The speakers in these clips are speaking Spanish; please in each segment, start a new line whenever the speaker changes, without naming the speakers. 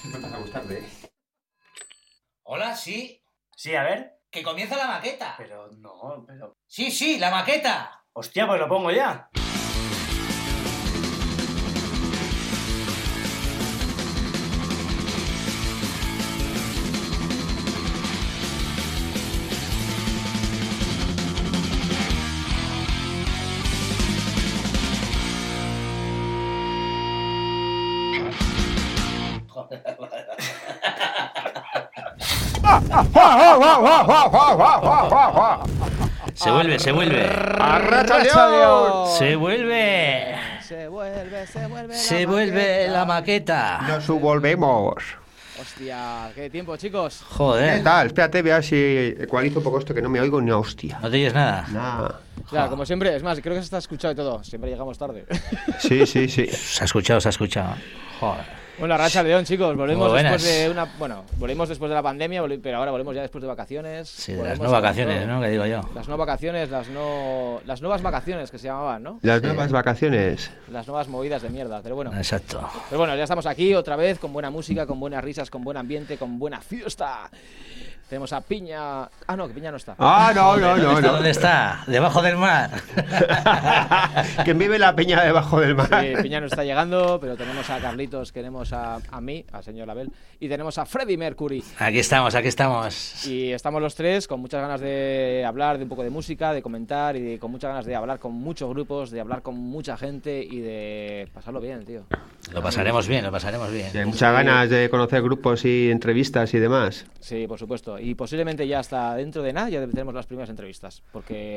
Siempre pasa a gustarte, ¿eh?
Hola, sí.
Sí, a ver.
Que comienza la maqueta.
Pero no, pero.
Sí, sí, la maqueta.
Hostia, pues lo pongo ya.
Se vuelve, se vuelve.
¡Arracha
Se vuelve.
Se vuelve, se vuelve.
Se vuelve la
maqueta.
maqueta.
Nos volvemos.
Hostia, qué tiempo, chicos.
¿Qué
Joder.
tal? Espérate, voy a ver si ecualizo un poco esto que no me oigo ni a hostia.
No te oyes nada.
Nada.
Ah.
Claro, como siempre, es más, creo que se está escuchado y todo. Siempre llegamos tarde.
Sí, sí, sí.
Se ha escuchado, se ha escuchado. Joder.
Bueno, Racha León, chicos, volvemos
Muy buenas.
después de una. Bueno, volvemos después de la pandemia, volvi- pero ahora volvemos ya después de vacaciones.
Sí, de las
Volvemos
no
a-
vacaciones, ¿no? Que digo yo.
Las no vacaciones, las no. Las nuevas vacaciones que se llamaban, ¿no?
Las nuevas vacaciones.
Las nuevas movidas de mierda, pero bueno.
Exacto.
Pero bueno, ya estamos aquí otra vez con buena música, con buenas risas, con buen ambiente, con buena fiesta. Tenemos a Piña. Ah, no, que Piña no está.
Ah, no, no, no,
¿Dónde está?
no.
¿Dónde está? Debajo del mar.
Quien vive la peña debajo del mar.
Sí, Eh, Piña no está llegando, pero tenemos a Carlitos, tenemos a, a mí, al señor Label, y tenemos a Freddy Mercury.
Aquí estamos, aquí estamos.
Y estamos los tres con muchas ganas de hablar de un poco de música, de comentar y de- con muchas ganas de hablar con muchos grupos, de hablar con mucha gente y de pasarlo bien, tío.
Lo pasaremos bien, lo pasaremos
Sí, Hay
bien.
muchas ganas de conocer grupos y entrevistas y demás.
Sí, por supuesto. Y posiblemente ya hasta dentro de nada ya tenemos las primeras entrevistas. Porque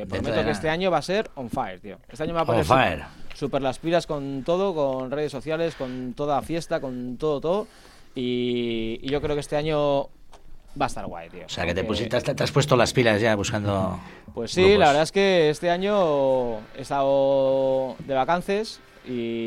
Dentro de
prometo que
nada.
este año va a ser on fire, tío. Este año me va a
On
poner
Oh, fire.
su- super las pilas con todo, con redes sociales, con toda fiesta, con todo, todo. Y, y yo creo que este año va a estar guay, tío. Eh,
O sea, que te, pusiste, te, te has puesto las pilas ya buscando.
Pues sí,
grupos.
la verdad es que este año he estado de vacances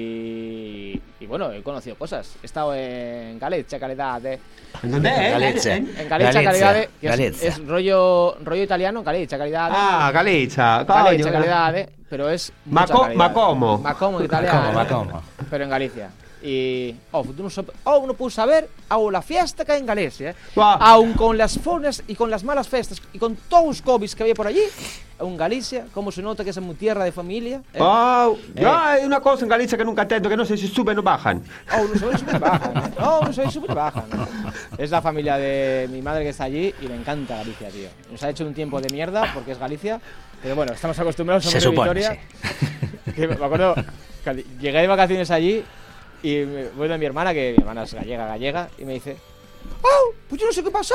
y, y bueno, he conocido cosas. He estado en Galicia, calidad de...
¿En dónde? eh?
Galicia.
¿En- en-
En Galicia,
Galicia,
calidad de... que es-
Galicia.
Es, rollo, rollo italiano, Galicia, calidad de...
Ah, Galicia.
Galicia,
coño.
calidad de... Pero es...
Ma
mucha
co-
calidad.
ma como.
Macomo, italiano.
Macomo, macomo.
Pero en Galicia. Y... Oh, tú no sab- oh, no puedo saber a la fiesta que hay en Galicia. Eh.
Buah.
Aun con las fones y con las malas festas y con todos los COVID que había por allí, en Galicia, como se nota que es mi tierra de familia. eh.
Oh, yo hay una cosa en Galicia que nunca entiendo, que no sé si suben o bajan.
Oh, no soy súper Oh, baja. No, no soy súper baja. Es la familia de mi madre que está allí y le encanta Galicia, tío. Nos ha hecho un tiempo de mierda porque es Galicia, pero bueno, estamos acostumbrados a
Se supone.
Victoria. Que me acuerdo, que llegué de vacaciones allí y me voy a mi hermana, que mi hermana es gallega, gallega, y me dice, oh, pues yo no sé qué pasó,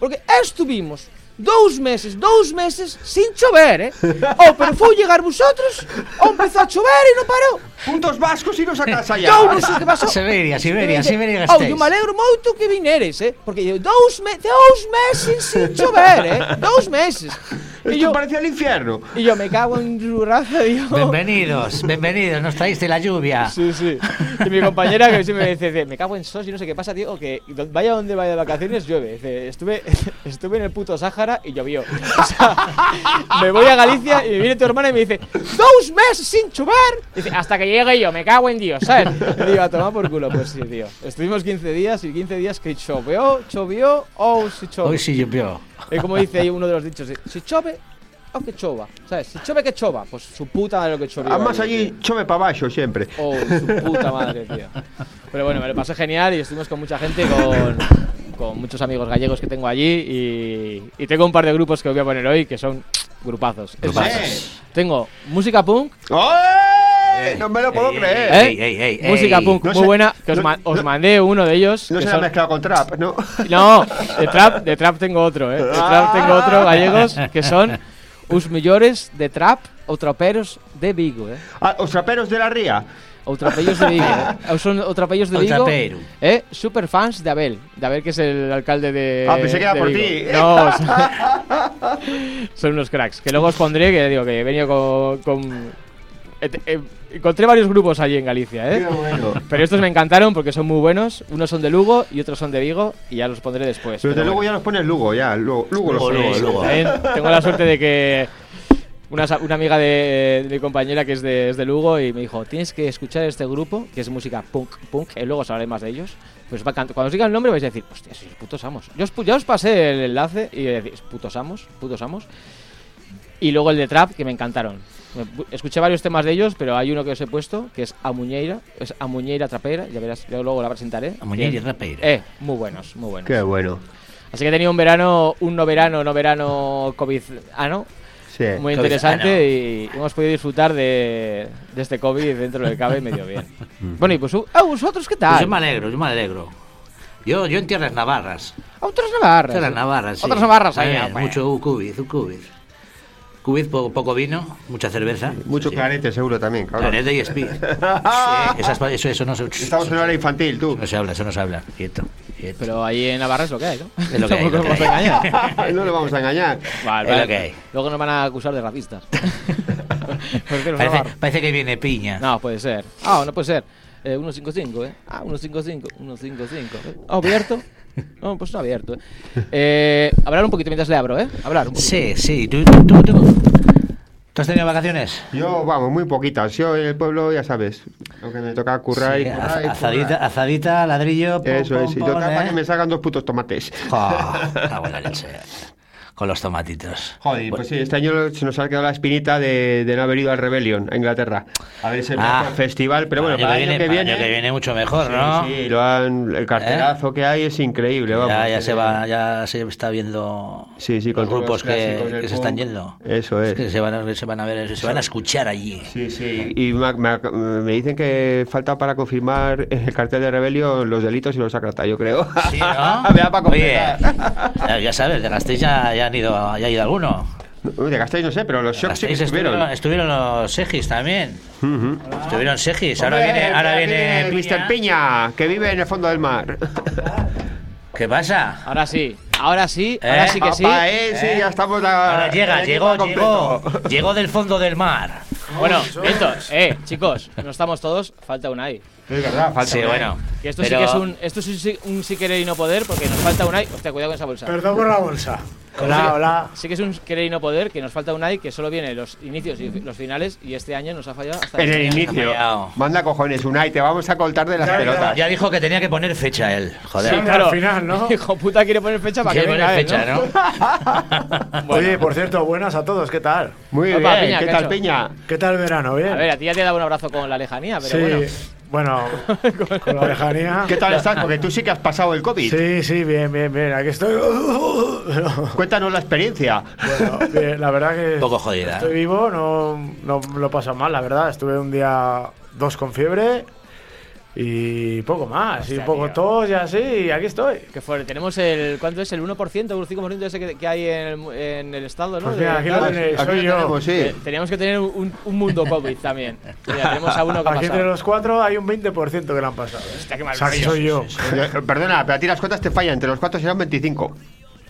porque estuvimos dos meses, dos meses sin chover, ¿eh? Oh, pero fue llegar vosotros, o empezó a chover y no paró.
Puntos vascos y nos a casa ya.
Yo no sé qué pasó.
Siberia, Siberia,
Dice,
Siberia
Oh,
Gasteiz.
eu me alegro moito que vineres, eh? Porque eu dous, me, dous meses sin chover, eh? Dous meses. E
Esto
yo,
parecía el infierno.
e yo me cago en tu raza, digo.
Bienvenidos, bienvenidos. Nos traíste la lluvia.
Sí, sí. Y mi compañera que siempre me dice, dice, me cago en sos y no sé qué pasa, tío, que do- vaya donde vaya de vacaciones llueve. Dice, estuve, estuve en el puto Sáhara y llovió. O sea, me voy a Galicia y me viene tu hermana y me dice, dos meses sin chubar. Dice, hasta que llegue yo, me cago en Dios, ¿sabes? Y digo, a tomar por culo, pues sí, tío. Estuvimos 15 días y 15 días que choveó, chovió, oh, si chovió.
Hoy sí llovió.
Es como dice ahí uno de los dichos, si chove, o que chova, ¿sabes? Si chove, que chova, pues su puta madre lo que chovió.
Además
ahí, tío.
allí chove para abajo siempre.
Oh, su puta madre, tío. Pero bueno, me lo pasé genial y estuvimos con mucha gente, con, con muchos amigos gallegos que tengo allí y, y tengo un par de grupos que voy a poner hoy que son grupazos. Es
Grupazos.
más, Tengo música punk,
¡Ay! No me lo puedo
Ey,
creer.
¿eh?
ey, ey, ey, ey.
música punk
No
muy
sé-
buena, que os,
no-
ma- os
no-
mandé uno de ellos.
No
que
se ha
son-
mezclado con trap, ¿no?
no, de trap, de trap tengo otro, eh. De trap tengo otro gallegos que son Os millores de trap o troperos de Vigo, eh.
Ah, Os traperos de la ría.
O Trapellos de Vigo. eh. Son o Trapellos de
O
Vigo.
Trapeiro.
Eh, super fans de Abel. De Abel, que es el alcalde de.
Ah, pensé que era
de
por
Vigo.
ti.
No, son- son unos cracks. Que luego os pondré, que digo, que he venido con. con- eh, te- eh, encontré varios grupos allí en Galicia, ¿eh?
bueno.
Pero estos me encantaron porque son muy buenos. Unos son de Lugo y otros son de Vigo. Y ya los pondré después.
Pero de
Pero
luego
bueno.
ya los pones Lugo, ya. Lugo, Lugo los
Lugo,
pones.
Lugo, Lugo.
También tengo la suerte de que. Una, sa- una amiga de, de mi compañera que es de, es de Lugo y me dijo, tienes que escuchar este grupo, que es música punk, punk, y luego os hablaré más de ellos. Pues va a cant- cuando os diga el nombre vais a decir, hostia, sois putos amos. Yo os, pu- ya os pasé el enlace y decís, putos amos, putos amos. Y luego el de Trap, que me encantaron. Me pu- Escuché varios temas de ellos, pero hay uno que os he puesto, que es Amuñeira, es Amuñeira Trapera, ya verás, yo luego la presentaré.
A muñeira y
Bien.
rapeira.
Eh, muy buenos, muy buenos.
Qué bueno.
Así que he tenido un verano, un no verano, no verano COVID, ah, no,
Sí.
COVID, ah,
muy interesante
no.
y hemos podido disfrutar de, de este COVID dentro del cabe medio bien. Bueno, y pues uh, a vosotros, ¿qué
Pues
tal?
yo me alegro, yo me alegro. Yo, yo en tierras navarras.
A otras Ah, navarras.
Tierras navarras, sí.
Otras navarras, ahí,
También,
ah, bueno.
Mucho cubiz, un cubiz. Cubiz, po- poco vino, mucha cerveza.
Mucho
Sí.
clarete, seguro también, cabrón.
Clarete y speed. Sí, esas pa- eso, eso no se...
Estamos en hora infantil, tú.
No se habla, eso no se habla. Quieto, quieto.
Pero ahí en Navarra es lo que hay, ¿no?
Es lo que hay,
Tampoco
lo que
nos
hay.
vamos a engañar.
no lo vamos a engañar.
Es
Vale, vale.
lo que hay.
Luego nos van a acusar de racistas. Porque los
Parece,
navarros.
parece que viene piña.
No, puede ser. Ah, no puede ser. Eh, 155, ¿eh? Ah, 155, 155. ¿Ha abierto? No, pues no ha abierto. ¿eh? Eh, hablar un poquito mientras le abro, ¿eh? Hablar un poquito.
Sí, sí. ¿Tú, tú, tú. ¿Tú has tenido vacaciones?
Yo, vamos, muy poquitas. Yo en el pueblo, ya sabes, lo que me toca currar
Sí,
y currar
az-
y currar.
azadita, azadita, ladrillo. pum,
Eso
pum,
es, y
pum,
toca para
¿eh?
que me salgan dos putos tomates.
Jo, cago en la leche. Con los tomatitos.
Joder, pues sí, este año se nos ha quedado la espinita de, de no haber ido al Rebellion a Inglaterra. A ver si
Ah.
el festival, pero bueno,
Para
para el año
para
que
el
viene.
año que viene mucho mejor, ¿no? ¿Eh?
Sí, lo han- el cartelazo que hay es increíble, vamos.
ya, ya se va, ya se está viendo
Sí, sí, con
los
todos
grupos
los
que,
clásicos del
que se están
punk.
yendo.
Eso es.
que se van a, se van a ver, se van a escuchar allí.
Sí, sí. Y me, me- me dicen que falta para confirmar en el cartel de Rebellion los delitos y los sacrata, yo creo.
Sí, ¿no?
Me da para
Oye,
completar.
ya, ya sabes, de Gasteiz ya, ya han ido, ya ha ido alguno.
Uy, de Gasteiz no sé, pero los
De
shocks sí que
Gasteiz
estuvieron.
estuvieron, estuvieron los Segis también.
Ujú.
Estuvieron Segis. Ahora
Hombre,
viene, ahora
aquí
viene
Mr. Piña, que vive en el fondo del mar.
¿Qué pasa?
Ahora sí, ahora sí,
¿Eh?
ahora sí que sí.
Papá, eh, sí, ya estamos a-
Ahora llega,
el
llegó,
equipo
llegó,
completo.
llegó del fondo del mar.
Bueno, entonces, eh, chicos, no estamos todos, falta un ahí.
Es verdad, falta.
Sí,
una.
bueno.
Que esto
pero
sí que es un, esto sí, sí- un sí querer y no poder, porque nos falta un ahí. Hostia, cuidado con esa bolsa.
Perdón por la bolsa. Hola, hola.
Sí que es un querer y no poder, que nos falta un ahí, que solo viene los inicios y los finales, y este año nos ha fallado hasta
En el
final.
inicio.
Fallado.
Manda cojones, Unai, te vamos a coltar de las
Ya, ya.
pelotas.
Ya dijo que tenía que poner fecha él. Joder.
Sí,
claro.
Al final, ¿no?
Hijo puta quiere poner fecha para que
Quiere
venga
poner
él,
fecha,
¿no?
¿no?
Oye, por cierto, buenas a todos, ¿qué tal?
Muy
Opa,
bien,
Piña,
¿qué
¿qué
tal,
ha hecho?
Piña?
¿Qué tal el verano? ¿Bien?
A ver, a ti ya te daba un abrazo con la lejanía, pero bueno.
sí, bueno, con la lejanía.
¿Qué tal estás? Porque tú sí que has pasado el COVID.
Sí, sí, bien, bien, bien. Aquí estoy. Pero,
Cuéntanos la experiencia.
bueno, bien, la verdad que
Un poco jodida.
¿eh?
estoy vivo, no, no lo paso mal, la verdad. Estuve un día dos con fiebre y poco más. y un poco
tío.
tos y así, y aquí estoy.
Qué fuerte. Tenemos el. ¿Cuánto es? El 1% o el 5% ese que, que hay en el, mu- en el estado, ¿no?
Pues
De-
mira, aquí
tal.
lo tenéis,
Aquí
soy
lo
yo.
tenemos, sí.
Eh, Teníamos que tener un, un mundo COVID también. Mira, tenemos a uno que ha
Aquí entre
pasado.
los cuatro hay un 20% que la han pasado. ¿eh?
Hostia, qué
O sea, que soy yo.
Pero, Eh, Perdona, pero a ti las cuotas te fallan, entre los cuatro serán 25.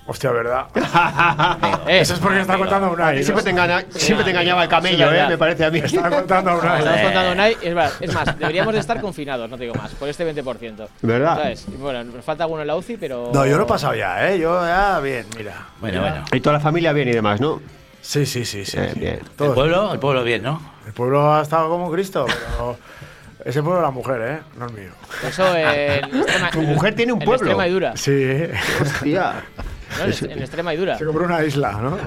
Hostia, ¿verdad?
Eh,
Eso es porque está contando un aire.
Siempre te, engaña- siempre te engañaba el
Sí,
camello,
verdad.
eh, me parece a mí.
Está contando a
me
una.
Eh.
Estamos
Joder.
contando una y- es, verdad, es más, deberíamos de estar confinados, no te digo más, por este 20%.
¿Verdad?
¿Sabes? Y Bueno, nos falta alguno en la UCI, pero.
No, yo lo he pasado ya, ¿eh? Yo ya, bien, mira.
Bueno, bueno.
Y toda la familia bien y demás, ¿no?
Sí, sí, sí, sí.
Bien,
sí.
bien.
Todos.
El pueblo, el pueblo bien, ¿no?
ha estado como un Cristo, pero ese pueblo de la mujer, ¿eh? No es mío.
Eso en. Extrema-
Tu mujer tiene un
en
pueblo.
Extremadura.
Sí, ¿eh?
Hostia.
¿no? En, est- en Extremadura.
se compró una isla, ¿no?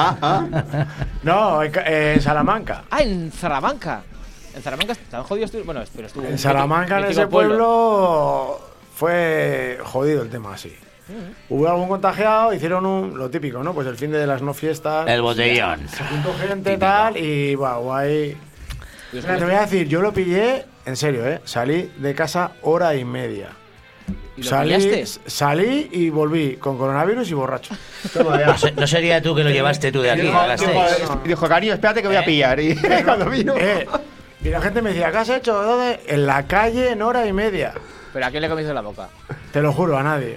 no, en, Ca- en Salamanca.
Ah, en Salamanca. En Salamanca tan jodido estuvo. Bueno, pero estuvo.
En Salamanca, en
mítico
ese pueblo, fue jodido el tema, sí. Hubo algún contagiado, hicieron un, lo típico, ¿no? Pues el fin de las no fiestas.
El botellón.
se juntó gente tal y guau, guay. Mira, te voy a decir, yo lo pillé, en serio, ¿eh? Salí de casa hora y media.
¿Y lo
Salí,
pillaste?
salí y volví con coronavirus y borracho.
No, se- no sería tú que lo llevaste tú de aquí, a las seis?
Dijo, eh, dijo, cariño, espérate que voy a pillar. Y cuando vino.
Eh, y la gente me decía, ¿qué has hecho? ¿Dónde? En la calle en hora y media.
¿Pero a quién le comiste la boca?
Te lo juro, a nadie.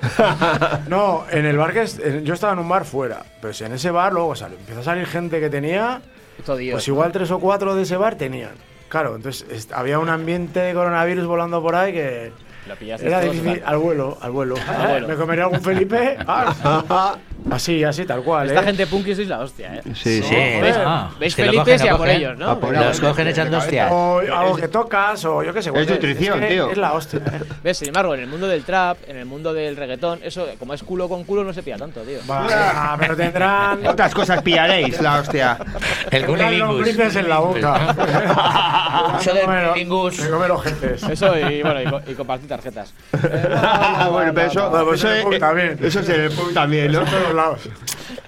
No, en el bar que... es- en- yo estaba en un bar fuera. Pero si en ese bar luego sale, empieza a salir gente que tenía...
Puto Dios.
Pues igual tres o cuatro de ese bar tenían. Claro, entonces est- había un ambiente de coronavirus volando por ahí que...
Lo pillaste
Era
todo
difícil.
sudando.
Al vuelo, al vuelo.
Al vuelo.
¿Me comería algún Felipe? Ah. Así, así, tal cual.
Esta
¿eh?
gente punky sois la hostia, eh.
Sí,
Sí,
¿Veis?
ah,
¿Veis
que lo
Felipe?
cogen,
Si
lo
a por
cogen.
ellos, ¿no?
A por
Los
ellos.
cogen echando hostias.
O algo que tocas, o yo qué sé. güey,
nutrición,
es que
tío.
Es la hostia. ¿eh?
¿Ves? Sin embargo, en el mundo del trap, en el mundo del reggaetón, eso, como es culo con culo, no se pilla tanto, tío.
Vale, ah, pero tendrán.
Otras cosas pillaréis, la hostia.
El
tendrán lombrices
cunilingus.
en la boca.
Ah. Eso del
Bueno,
cunilingus.
Se comen ojetes.
Eso y, bueno, y, co- y compartir tarjetas.
Ah, bueno, pero
no, no,
eso,
pues
eso,
en el
es-
pub también.
eso es en el pub también, ¿no?
En todos lados.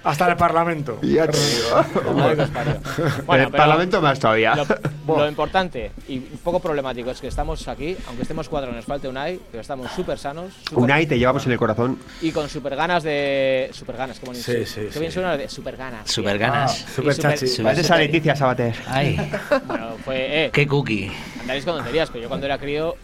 Hasta en el Parlamento.
Ya te digo.
La madre que os parió.
En
Bueno,
el
pero-
Parlamento más todavía.
Lo, lo importante y un poco problemático es que estamos aquí, aunque estemos cuatro, nos falta Unai, pero estamos súper sanos súper-
Unai te llevamos en el corazón.
y con súper ganas de. Súper ganas, qué bonito.
Sí, sí,
Qué
sí.
bien suena lo de súper ganas.
Super ganas.
Ah, Súper chachi.
súper-
Pareces a Leticia Sabater.
Ay,
Bueno, fue. Eh,
qué cookie.
andaréis con tonterías, pero yo cuando era crío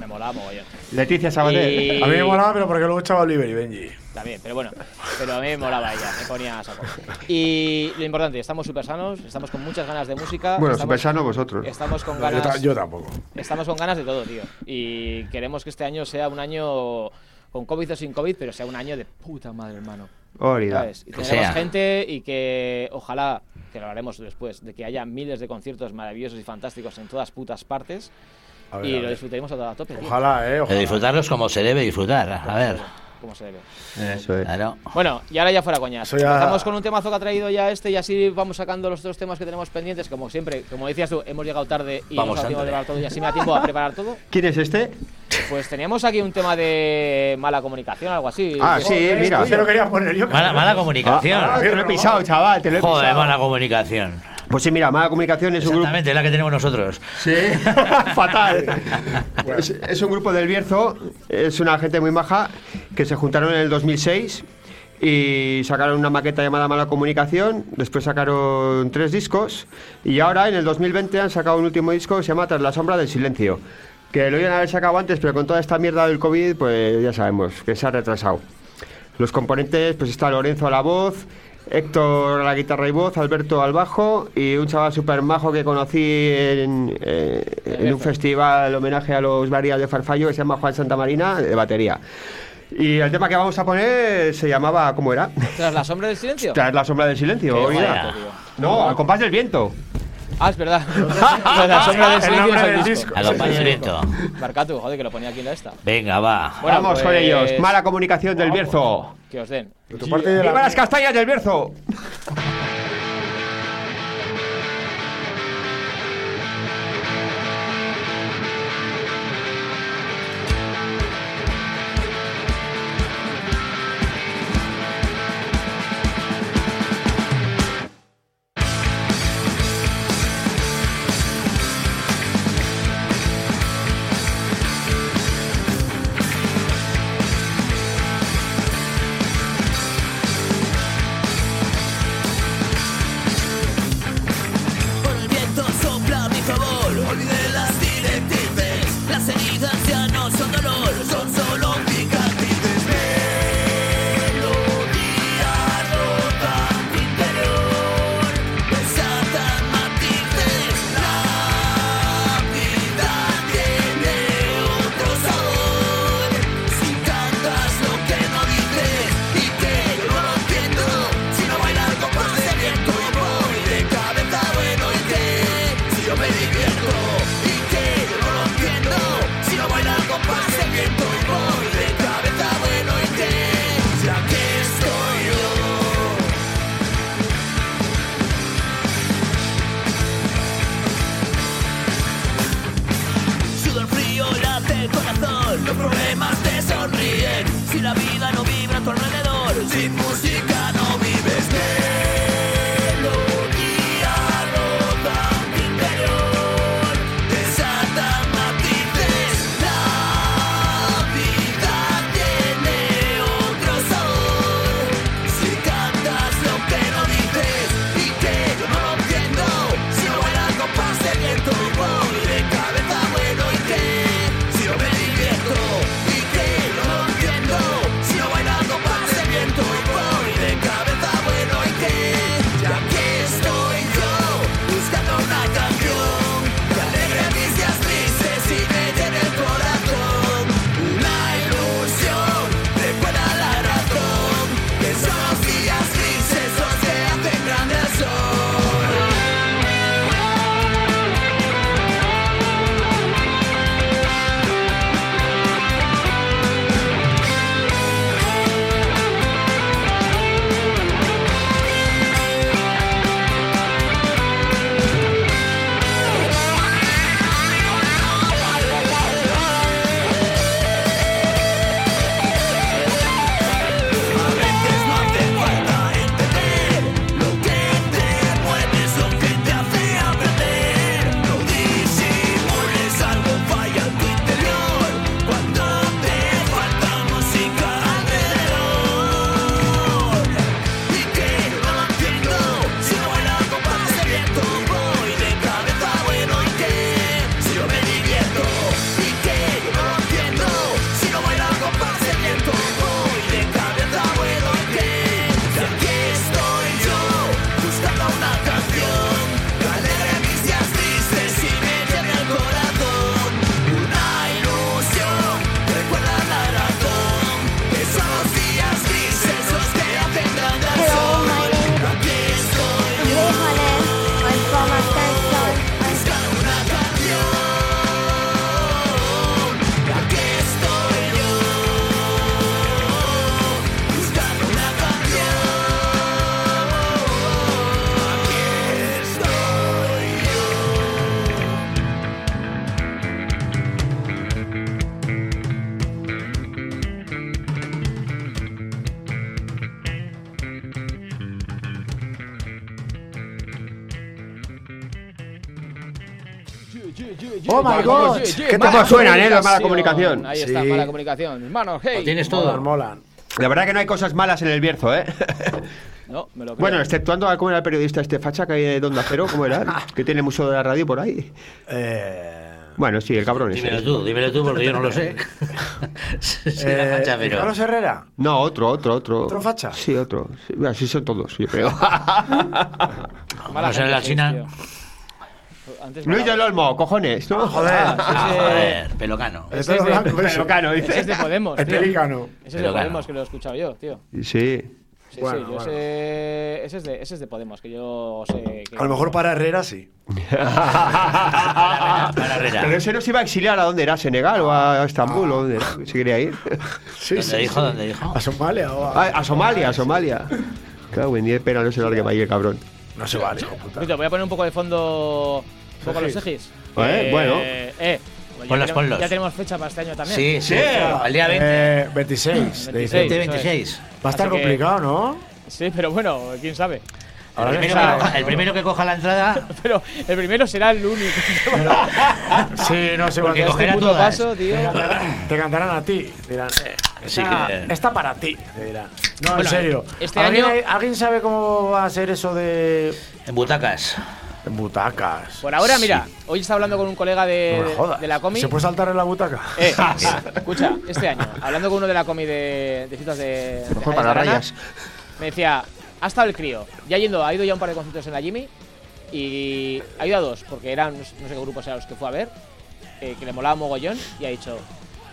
me molaba mogollón.
Leticia Sabater.
Y-
A mí me molaba, pero porque luego echaba Oliver y Benji.
También, pero bueno, pero a mí me molaba ella, me ponía a saco. Y lo importante, estamos súper sanos, estamos con muchas ganas de música.
Bueno,
estamos-
súper sano vosotros.
Estamos con
Yo, ta-
ganas.
yo tampoco.
Estamos con ganas de todo, tío. Y queremos que este año sea un año con COVID o sin COVID, pero sea un año de puta madre, hermano.
Hori da.
¿Sabes? Y
Que
tenemos
sea.
gente y que ojalá, que lo haremos después, de que haya miles de conciertos maravillosos y fantásticos en todas putas partes
A ver,
y
a
lo
ver.
disfrutaremos a toda tope. tío.
Ojalá, eh.
Pero
Ojalá.
disfrutarlos como se debe disfrutar. A ver.
Como se debe.
Eso es.
Claro.
Bueno, y ahora ya fuera coñas.
Eso ya-
Empezamos con un temazo que ha traído ya este y así vamos sacando los otros temas que tenemos pendientes. Como siempre, como decías tú, hemos llegado tarde y
Vamos,
no nos ha dado tiempo a
ándale.
preparar todo y así me da tiempo a preparar todo.
¿Quién es este?
Pues teníamos aquí un tema de mala comunicación, algo así.
Ah,
Que-
sí, mira.
Te lo quería poner yo.
Mala, mala comunicación.
Ah, te lo he pisado, chaval, te lo he
Joder,
pisado.
mala comunicación.
Pues sí, mira, Mala Comunicación es un grupo...
Exactamente, es la que tenemos nosotros.
Sí, fatal. Es, es un grupo del Bierzo, es una gente muy maja, que se juntaron en el 2006 y sacaron una maqueta llamada Mala Comunicación, después sacaron tres discos y ahora en el 2020 han sacado un último disco que se llama Tras la sombra del silencio, que lo iban a haber sacado antes, pero con toda esta mierda del COVID, pues ya sabemos que se ha retrasado. Los componentes, pues está Lorenzo a la voz, Héctor a la guitarra y voz, Alberto al bajo y un chaval súper majo que conocí en, eh, en un festival homenaje a los varias de Farfallo que se llama Juan Santa Marina de batería. Y el tema que vamos a poner se llamaba, ¿cómo era?
¿Tras la sombra del silencio?
Tras la sombra del silencio.
Qué
oiga.
guay, tío.
no, al compás del viento.
Ah, es verdad. Tras la sombra del
El
silencio
nombre
es el
del
disco.
disco.
A acompañamiento.
Marcatu, joder, que lo ponía aquí en la esta.
Venga, va.
Bueno,
vamos con
pues,
ellos. Mala comunicación del Bierzo.
Que os den.
De tu parte y de la
¡Viva las
mía.
castañas del Bierzo!
Por el viento sopla a mi favor, olvidé las directrices. Las heridas ya no son dolor, son solo cicatrices. Melodía rota en tu interior, desatan matices. La vida tiene otro sabor. Si cantas lo que no dices y que no lo entiendo, si no bailas con más de viento y voy de cabeza bueno y que si yo me divierto y que yo no lo entiendo, si no bailas con más de viento y voy de cabeza bueno y que ya que estoy yo. Sudor frío late el corazón, los problemas te sonríen. Si la vida no vibra a tu alrededor, sin música no vives. Melodía rota en tu interior, desata matices. La vida tiene otro sabor. Si cantas lo que no dices y que yo no lo entiendo, si no bailas con paz de viento, voy de cabeza bueno y que si yo me divierto y que
Oh my God.
¿Qué
mala
temas suenan, eh, la mala
comunicación.
comunicación?
Ahí está,
Sí.
mala comunicación. Hermano, hey.
Lo tienes todo.
Molan, molan.
La verdad que no hay cosas malas en el Bierzo, ¿eh?
No, me lo creo.
Bueno, exceptuando a cómo era el periodista este facha que hay de Onda Cero, ¿cómo era? que tiene mucho de la radio por ahí.
Eh,
Bueno, sí, el cabrón ese.
Dímelo tú, dímelo tú, porque yo no lo sé. Será
eh,
facha, pero-
Carlos Herrera.
No, otro, otro, otro.
¿Otro facha?
Sí, otro. Sí, así son todos, yo creo.
Mala
Vamos a ver la
gente
China.
tío. Antes
Luis
me
del Olmo, cojones, ¿no?
Joder.
Ah,
ese-
joder, pelocano.
El
ese es
perro
de-
blanco
Pero
ese.
Cano,
Ese es de
dice. Este
Podemos,
El
tío.
pelícano.
Ese es de
Pero claro.
Podemos, que lo he escuchado yo, tío.
Sí.
Sí,
Bueno,
sí, yo
bueno.
sé... Ese es, de, ese es de Podemos, que yo sé... Que...
A lo mejor para Herrera sí.
Para Herrera, para Herrera.
Pero ese no se iba a exiliar a dónde era, ¿A Senegal o a Estambul, o dónde era, se quería ir.
Sí,
¿Dónde
sí,
dijo?
sí.
¿Dónde dijo?
A Somalia o
A,
a...
a Somalia, a Somalia. Claro, en 10 pena no se largue para ahí el cabrón.
No se vale, hijo puta.
Tito, voy a poner un poco de fondo... Un poco los ejis.
Eh, bueno.
Eh, ya
Ponlos,
tenemos-
ponlos.
Ya tenemos fecha para este año también.
Sí, sí, claro, el día 20.
Eh, 26. de
26.
diciembre.
26.
Va a estar
Así que-
complicado, ¿no?
Sí, pero bueno, quién sabe.
El
Ahora
primero,
mismo-
que coja, el primero que coja la entrada,
Pero el primero será el único.
Sí, no sé.
Porque
cuando-
cogerá
puto
todas.
paso, tío.
Te cantarán a ti. Dirán, eh,
Sí
esta,
que-
esta para ti. Te dirán. No, en
Bueno,
serio.
este
¿Alguien,
año-
¿Alguien sabe cómo va a ser eso de
en butacas.
butacas?
Por ahora, mira, hoy estaba hablando con un colega de,
No me jodas.
Pues, eh, de la comi.
¿Se puede saltar en la butaca?
Eh, escucha, este año, hablando con uno de la comi de, de citas de, de
Mejor
Jalles
para
de Arana,
rayas.
me decía, ha estado el crío, ya yendo, ha ido ya a un par de conciertos en la Jimmy y ha ido a dos, porque eran, no sé qué grupos eran los que fue a ver, eh, que le molaba mogollón y ha dicho,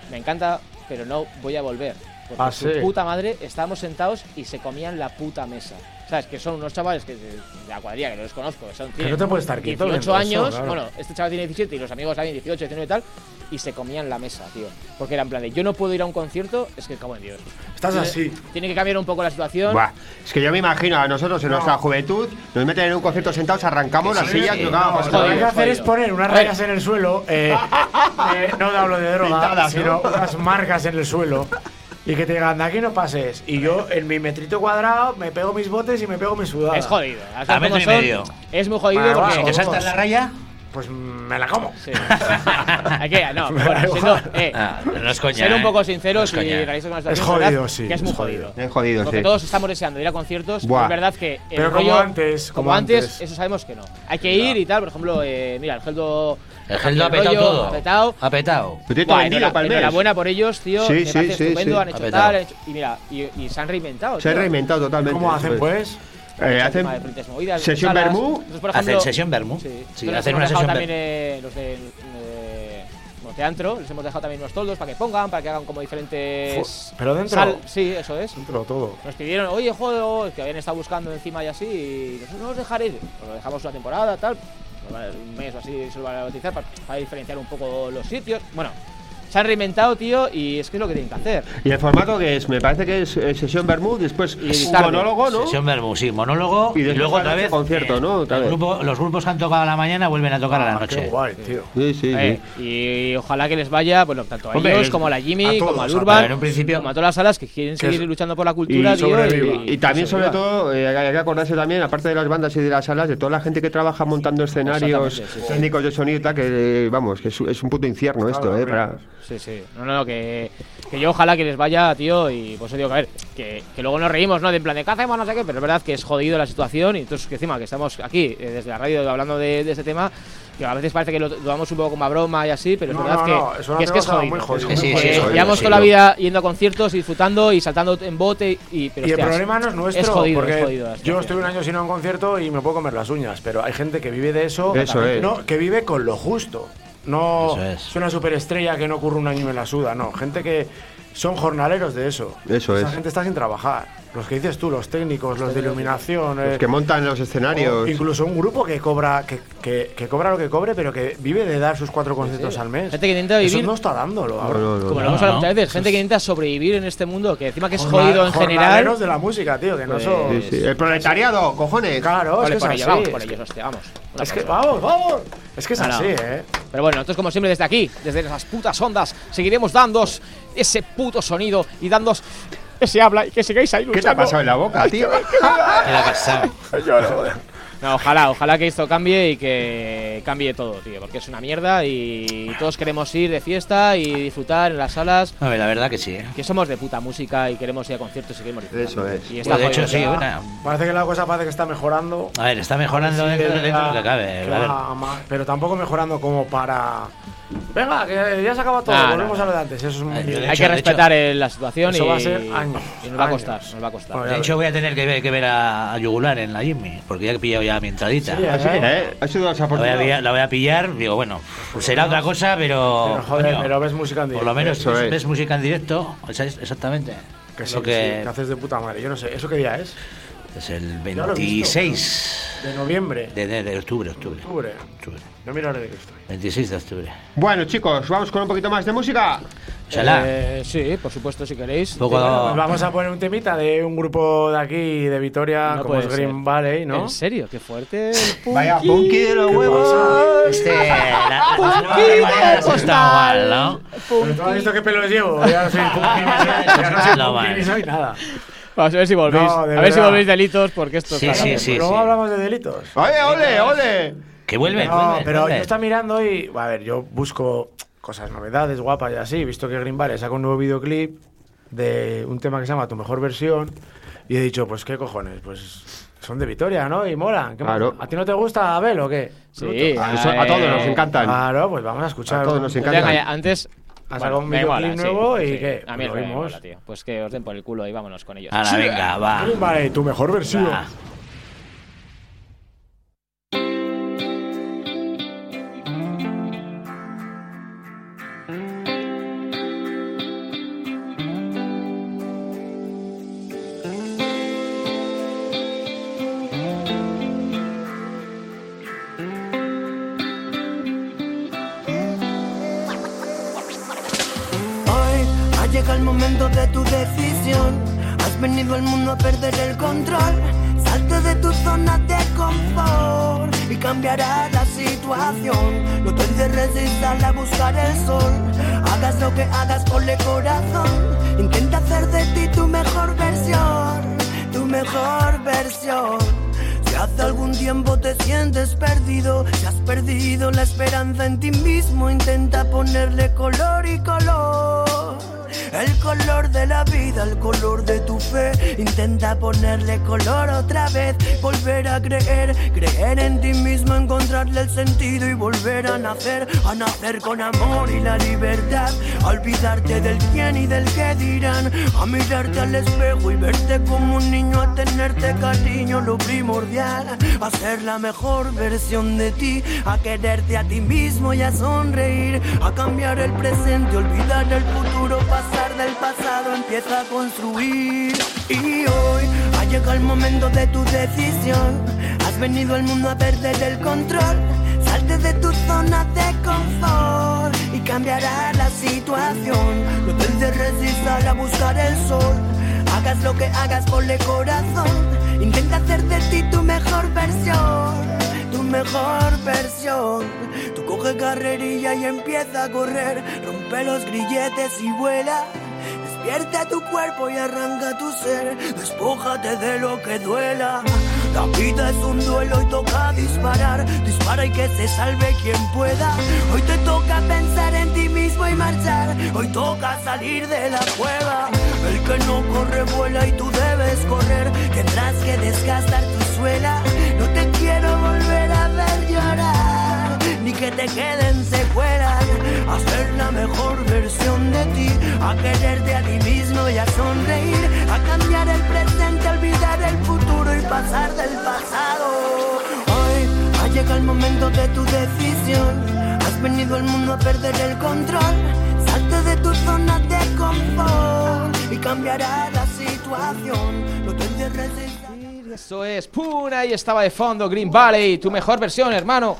me encanta, pero no voy a volver. Porque
Ah,
su
sí.
puta madre, estábamos sentados y se comían la puta mesa. ¿Sabes? Que son unos chavales que de, de la cuadrilla, que no los conozco, que son
Que no te puedes estar
18
quieto viendo eso,
años,
claro.
bueno, este chaval tiene 17 y los amigos también 18, 19 y tal, y se comían la mesa, tío. Porque era en plan de, yo no puedo ir a un concierto, es que cago en Dios.
Estás
Tiene-
así.
Tiene que cambiar un poco la situación.
Buah, es que yo me imagino a nosotros en nuestra juventud, nos meten en un concierto sentados, arrancamos las
sí,
sillas,
sí.
tocábamos
Lo que hay
Joder,
que hacer
pues, jodido.
es poner unas rayas en el suelo. eh, eh, no hablo de droga,
Pintadas, ¿no?
sino unas marcas en el suelo. Y que te digan, de aquí no pases. Y yo, en mi metrito cuadrado, me pego mis botes y me pego mi sudada.
Es jodido. las cosas
A metro
como
y
son,
medio.
Es muy jodido
Vale,
porque.
vamos,
¿Te saltas la raya?
Pues mm, me la como.
Sí. Hay que- no, pero bueno, siendo- eh,
Ah, no es coña.
ser un
eh.
poco
No
sinceros
es coña.
y realistas con la
Es
situación.
jodido,
¿verdad?
sí,
Que es
es
muy
jodido.
jodido.
Es jodido,
Porque
sí.
todos estamos deseando ir a conciertos.
Buah.
Es verdad que. el
Pero como
rollo-
antes,
Como,
como
antes,
antes.
eso sabemos que no. Hay que ir y tal. Por ejemplo, eh, mira, el Geldo.
El gel lo ha
el
petado
rollo,
todo.
Ha petado.
Ha petado.
Pero tiene todo
Buah,
vendido
enhorabuena-
para el mes.
enhorabuena por ellos, tío.
Sí,
me
sí,
parece
sí,
estupendo,
sí.
han
Ha
hecho
petado.
tal. han hecho- y mira, y, y se han reinventado.
Se han
tío.
reinventado totalmente.
¿Cómo
Pues,
hacen, pues?
eh,
Han hecho
hacen
tema de diferentes movidas,
sesión
salas.
vermú.
Nosotros, por
Hacen
ejemplo,
sesión vermú.
Sí,
Sí, hacen
Nosotros hemos
una
dejado
sesión
también
vermú.
eh, los de eh, como teatro, les hemos dejado también unos toldos para que pongan, para que hagan como diferentes.
Fu- pero dentro.
sí, eso es.
Dentro todo.
Nos pidieron, oye, joder, oh, que habían estado buscando encima y así, y nosotros no os dejaréis. Os Pues lo dejamos una temporada, tal, pues un mes o así se lo van a bautizar para, para diferenciar un poco los sitios. Bueno, se han reinventado, tío, y es que es lo que tienen que hacer.
Y el formato que es, me parece que es eh, sesión Bermud, después
Y
un
tarde.
monólogo, ¿no?
Sesión vermú, sí, monólogo.
Y
Y,
después
luego otra
al
vez. eh,
concierto, ¿no? Otra
el
vez.
grupo- los grupos que han tocado a la mañana vuelven a tocar a la
Ah, Qué
noche.
guay, tío.
Sí, sí,
Eh,
sí.
y ojalá que les vaya, bueno, tanto a
Hombre,
ellos
el-
como a la Jimmy,
a todos,
como al
a
Urban,
todos. En un principio-
como a todas las salas que quieren
Que
seguir
es-
luego luchando por la cultura, tío,
sobreviva.
y también, sobre todo, eh, hay que acordarse también, aparte de las bandas y de las salas, de toda la gente que trabaja montando escenarios,
Exactamente, sí, sí.
técnicos de sonido y tal, que, eh, vamos, que es, es un puto infierno esto, ¿eh? Para...
Sí, sí. No, no, no, que, que yo ojalá que les vaya, tío, y por eso digo que a ver, que, que luego nos reímos, ¿no? De en plan de caza, no sé qué, pero es verdad que es jodido la situación y entonces que encima que estamos aquí eh, desde la radio hablando de, de este tema, que a veces parece que lo tomamos un poco como a broma y así, pero es
No,
verdad
no,
que,
no, es una
que es que es
cosa
jodido.
muy jodida.
Que
Sí, sí,
que
es jodido,
llevamos
sí,
toda la
no.
vida yendo a conciertos y disfrutando y saltando en bote y... pero,
Y el
hostias,
problema no es nuestro,
Es jodido,
porque
es jodido la situación.
yo estoy un año sin ir a un concierto y me puedo comer las uñas, pero hay gente que vive de eso,
Eso
también-
es.
no, que vive con lo justo. No
Eso es.
es. una superestrella que no ocurre un año en la suda, no, gente que son jornaleros de eso.
Eso
Esa
es.
gente está sin trabajar. Los que dices tú, los técnicos, los de iluminación, eh,
Los que montan los
o
escenarios.
incluso un grupo que cobra que, que- que cobra lo que cobre, pero que vive de dar sus cuatro conciertos al mes.
Gente que intenta
Eso
vivir-
no está dándolo ahora.
No, no,
Como
no.
lo hemos
No,
hablado
no.
muchas veces, gente que intenta sobrevivir en este mundo, que encima que es jodido en
Jornal-
general...
jornaleros de la música, tío, que no
Pues-
son.
Sí, sí. El proletariado, cojones.
Claro,
Vale,
es que
por
es
ellos,
así.
vamos, por ellos, hostia, vamos. Un
Es que,
aplauso.
vamos, vamos. Es que es
No, no.
así, ¿eh?
Pero bueno, nosotros como siempre desde aquí, desde las putas ondas, seguiremos dándos ese puto sonido y dándos ese habla y que sigáis ahí
¿Qué te ha
luchando.
pasado en la boca, tío?
¿Qué le ha pasado?
No, ojalá, ojalá que esto cambie y que cambie todo, tío, porque es una mierda y todos queremos ir de fiesta y disfrutar en las salas,
A ver, la verdad que sí. ¿eh?
que somos de puta música y queremos ir a conciertos y queremos disfrutar.
Eso es.
Y
Bueno, Pues de hecho,
jodido,
sí.
tío.
bueno,
Parece que la cosa parece que está mejorando.
a ver, está mejorando
Sí,
dentro,
que
dentro de
va-
lo que cabe.
que
a ver.
va ma- pero tampoco mejorando como para. Venga, que ya se acaba todo,
Ah, no,
volvemos
no.
a lo de antes. Eso es un.
Ay, yo
Hay
de
que
hecho- de
respetar eh, la situación
eso
y,
va a ser años,
y nos va a
años.
costar, nos va a costar.
Bueno,
De hecho, voy a tener que ver, que ver a, a Yugular en la Jimmy, porque ya he pillado ya mi entradita.
Sí,
la,
Así, ¿eh? Ha sido
voy a,
desafortunado.
pillar- la voy a pillar, digo, bueno, será otra cosa, pero.
Pero joder,
coño,
pero ves música en
Por lo
directo.
menos
Eso
ves,
es.
ves música en directo, o sea, es- exactamente.
Que
Es
sí,
lo
que
que
sí, que haces de puta madre. Yo no sé, ¿eso qué día es?
es el
Ya lo he visto,
26
De noviembre.
de, de- de octubre, octubre,
octubre.
octubre.
No miro la hora de que estoy.
26 de octubre.
Bueno, chicos, vamos con un poquito más de música.
Ojalá.
Eh, sí, por supuesto, si queréis.
Un poco-
Bueno, pues vamos a poner un temita de un grupo de aquí, de Vitoria,
No
como es
puede ser.
Green Valley, ¿no?
¿En serio? ¡Qué fuerte! el punky.
Vaya punky de los
¿Qué
huevos.
Este. la- la- la-
Punky
la- la-
de
está mal, ¿no?
Pero tú has visto qué pelos llevo. Ya no soy punky, ya no soy
No,
punky,
vale.
ni soy nada.
Vamos a ver si volvéis.
No,
a
de
ver si
verdad.
volvéis delitos, porque esto
Sí,
está-
sí, sí.
Luego hablamos de delitos.
¡Ole, ole, ole!
Que vuelve,
No,
vuelve,
pero
vuelve.
yo estaba mirando y, a ver, yo busco cosas, novedades guapas y así. He visto que Green Valley saca un nuevo videoclip de un tema que se llama Tu Mejor Versión. Y he dicho, pues qué cojones, pues son de Vitoria, ¿no? Y mola.
Claro.
¿A ti no te gusta Abel o qué?
Sí,
A, eso- a
eh,
todos nos encantan.
Claro, pues vamos a escuchar.
A todos
no
nos
te
encanta.
engañes, Antes.
Ha sacado un
me
videoclip
mola, sí,
nuevo y
sí.
¿qué?
A mí
Lo
me
vimos.
mola, tío. Pues que os den por el culo y vámonos con ellos.
Ahora, venga, va.
Green Valley, tu mejor versión.
va.
Hoy ha llegado el momento de tu decisión. Has venido al mundo a perder el control. Salte de tu zona de confort y cambiará la situación. No te encierres y sal a buscar el sol. Hagas lo que hagas, ponle corazón. Intenta hacer de ti tu mejor versión, tu mejor versión. Si hace algún tiempo te sientes perdido, si has perdido la esperanza en ti mismo, intenta ponerle color y color. El color de la vida, el color de tu fe, intenta ponerle color otra vez, volver a creer, creer en ti mismo, encontrarle el sentido y volver a nacer, a nacer con amor y la libertad, a olvidarte del quién y del qué dirán, a mirarte al espejo y verte como un niño, a tenerte cariño, lo primordial, a ser la mejor versión de ti, a quererte a ti mismo y a sonreír, a cambiar el presente, olvidar el futuro, pasar del pasado, empieza a construir. Y hoy ha llegado el momento de tu decisión, has venido al mundo a perder el control, salte de tu zona de confort y cambiará la situación, no te encierres y sal a buscar el sol. Hagas lo que hagas, ponle corazón. Intenta hacer de ti tu mejor versión, tu mejor versión. Tú coge carrerilla y empieza a correr. Rompe los grilletes y vuela. Despierta tu cuerpo y arranca tu ser. Despójate de lo que duela. La vida es un duelo y toca disparar. Dispara y que se salve quien pueda. Hoy te toca pensar en ti mismo y marchar. Hoy toca salir de la cueva. El que no corre vuela y tú debes correr. Tendrás que desgastar tu suela. No te quiero volver a ver llorar. Ni que te queden secuelas. A ser la mejor versión de ti. A quererte a ti mismo y a sonreír. A cambiar el presente, olvidar el futuro y pasar del pasado. Hoy ha llegado el momento de tu decisión. Has venido al mundo a perder el control. Salte de tu zona de confort y cambiará la situación. No te encierres y-
Eso es, pura y estaba de fondo Green Valley, tu mejor versión, hermano.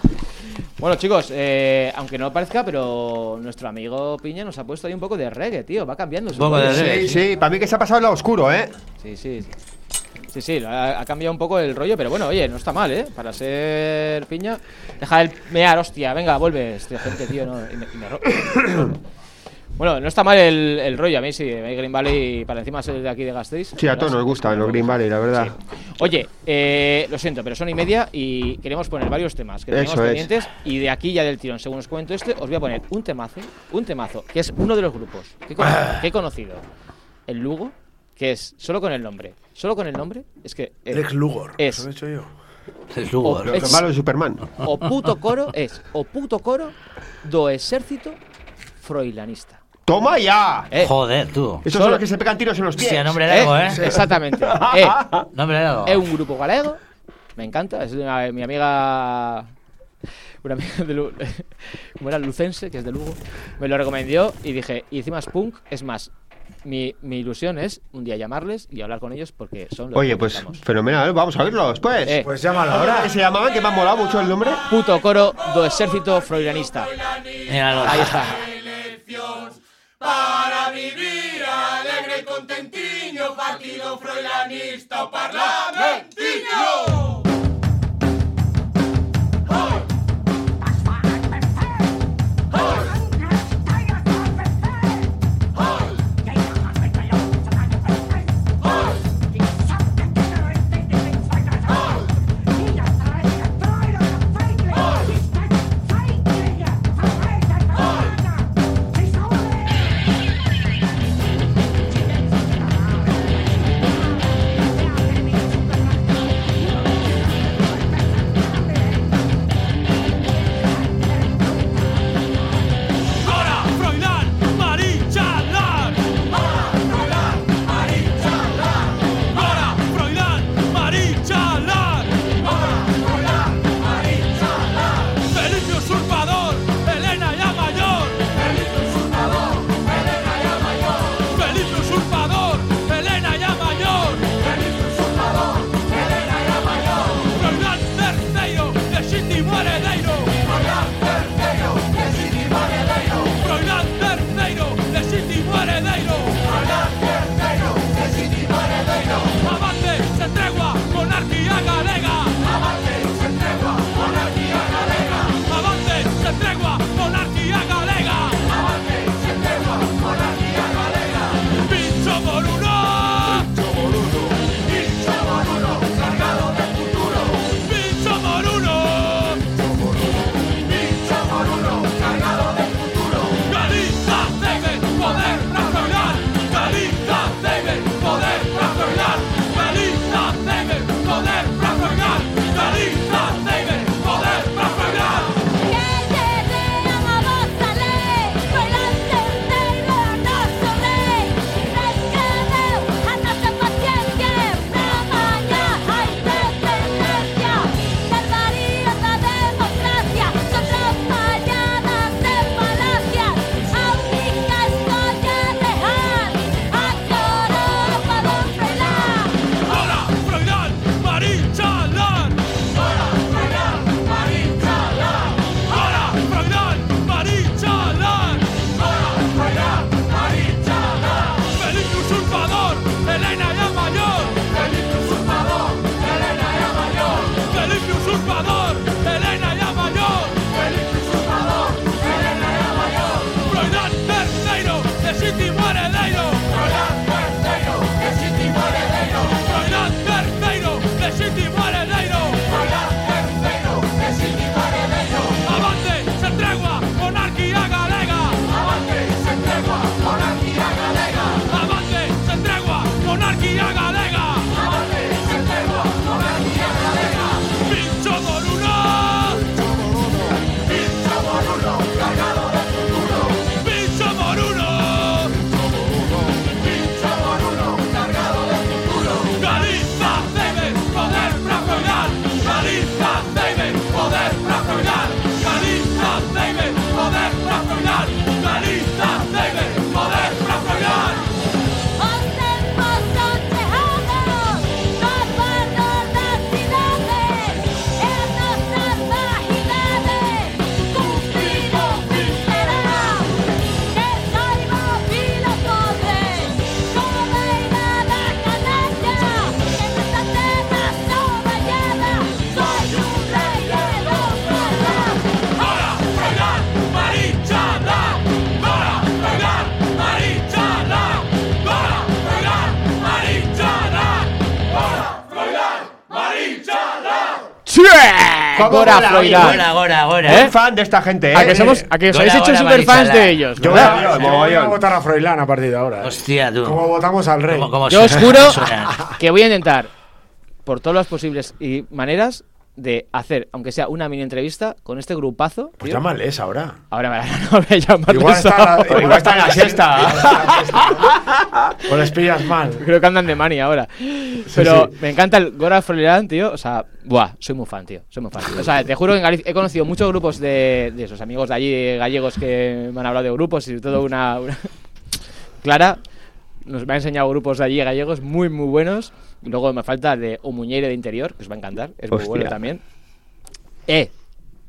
Bueno, chicos, eh, aunque no parezca, pero nuestro amigo Piña nos ha puesto ahí un poco de reggae, tío. Va cambiando. su
Un poco de
rollo.
reggae.
Sí, sí, para mí que se ha pasado el lado oscuro, ¿eh?
Sí, sí. Sí, sí, ha, ha cambiado un poco el rollo, pero bueno, oye, no está mal, ¿eh? Para ser piña. Deja el mear, hostia, venga, vuelve, este gente, tío, no. y me- y me ro- Bueno, no está mal el, el rollo. A mí sí, a mí Green Valley para encima soy de aquí de Gasteiz.
Sí, a todos nos gustan los Green Valley, la verdad.
Oye, eh, lo siento, pero son y media y queremos poner varios temas que tenemos
Eso es.
pendientes. Y de aquí ya del tirón, según os cuento este, os voy a poner un temazo, un temazo, que es uno de los grupos que he
Ah.
conocido, que he conocido. El Lugo, que es solo con el nombre. Solo con el nombre, es que. eh,
Lex Lugor.
Es.
Eso lo he hecho yo.
Es Lugo.
O-
¿no?
Lo malo de Superman.
o puto coro es o puto coro do exército froilanista.
¡Toma ya!
Eh,
Joder, tú.
Estos son
Solo-
los que se pegan tiros en los pies.
Sí, a nombre
eh,
largo, ¿eh?
Exactamente. Eh,
Nombre largo.
es un grupo galego. Me encanta. Es de una- mi amiga. Una amiga de Lu- como era Lucense, que es de Lugo. Me lo recomendó y dije, y encima es punk, es más. Mi, mi ilusión es un día llamarles y hablar con ellos porque son los
Oye,
que
pues
necesitamos.
fenomenal. Vamos a oírlos, pues.
Eh.
Pues llámalo
Ahora
ahora.
que se llamaban, que me ha molado mucho el nombre.
Puto coro do exército froilanista.
Míralo.
Ahí está.
Thank you.
Agora,
mola, oye,
Floirá.
mola.
Ahora, ahora, ahora.
Soy fan de esta gente, ¿eh?
A que, somos, a que os
Gora,
habéis hecho
gora,
superfans
Marisala.
de ellos.
Yo
¿no?
voy
Mogollón,
a, yo voy a
mogollón.
votar a Froilán a partir de ahora. ¿eh?
Hostia, tú.
Como votamos al rey.
¿Cómo- cómo
Yo os
suena?
juro
Suena.
que voy a intentar, por todas las posibles y maneras, de hacer, aunque sea una mini entrevista, con este grupazo.
Pues
tío.
llámales ahora.
Ahora me no voy a llamar
Igual
eso.
está la-
Igual está en la siesta.
O les pillas mal.
Creo que andan de mani ahora. Pero
sí.
me encanta el Gora Froilán, tío. O sea, buah, soy muy fan, tío. Soy muy fan. O sea, te juro que en Galicia he conocido muchos grupos de, de esos amigos de allí, gallegos, que me han hablado de grupos y todo una. una- Clara nos me ha enseñado grupos de allí gallegos muy, muy buenos. Luego me falta el de O Muñeire de Interior, que os va a encantar. Es muy
Hostia.
bueno también. Eh,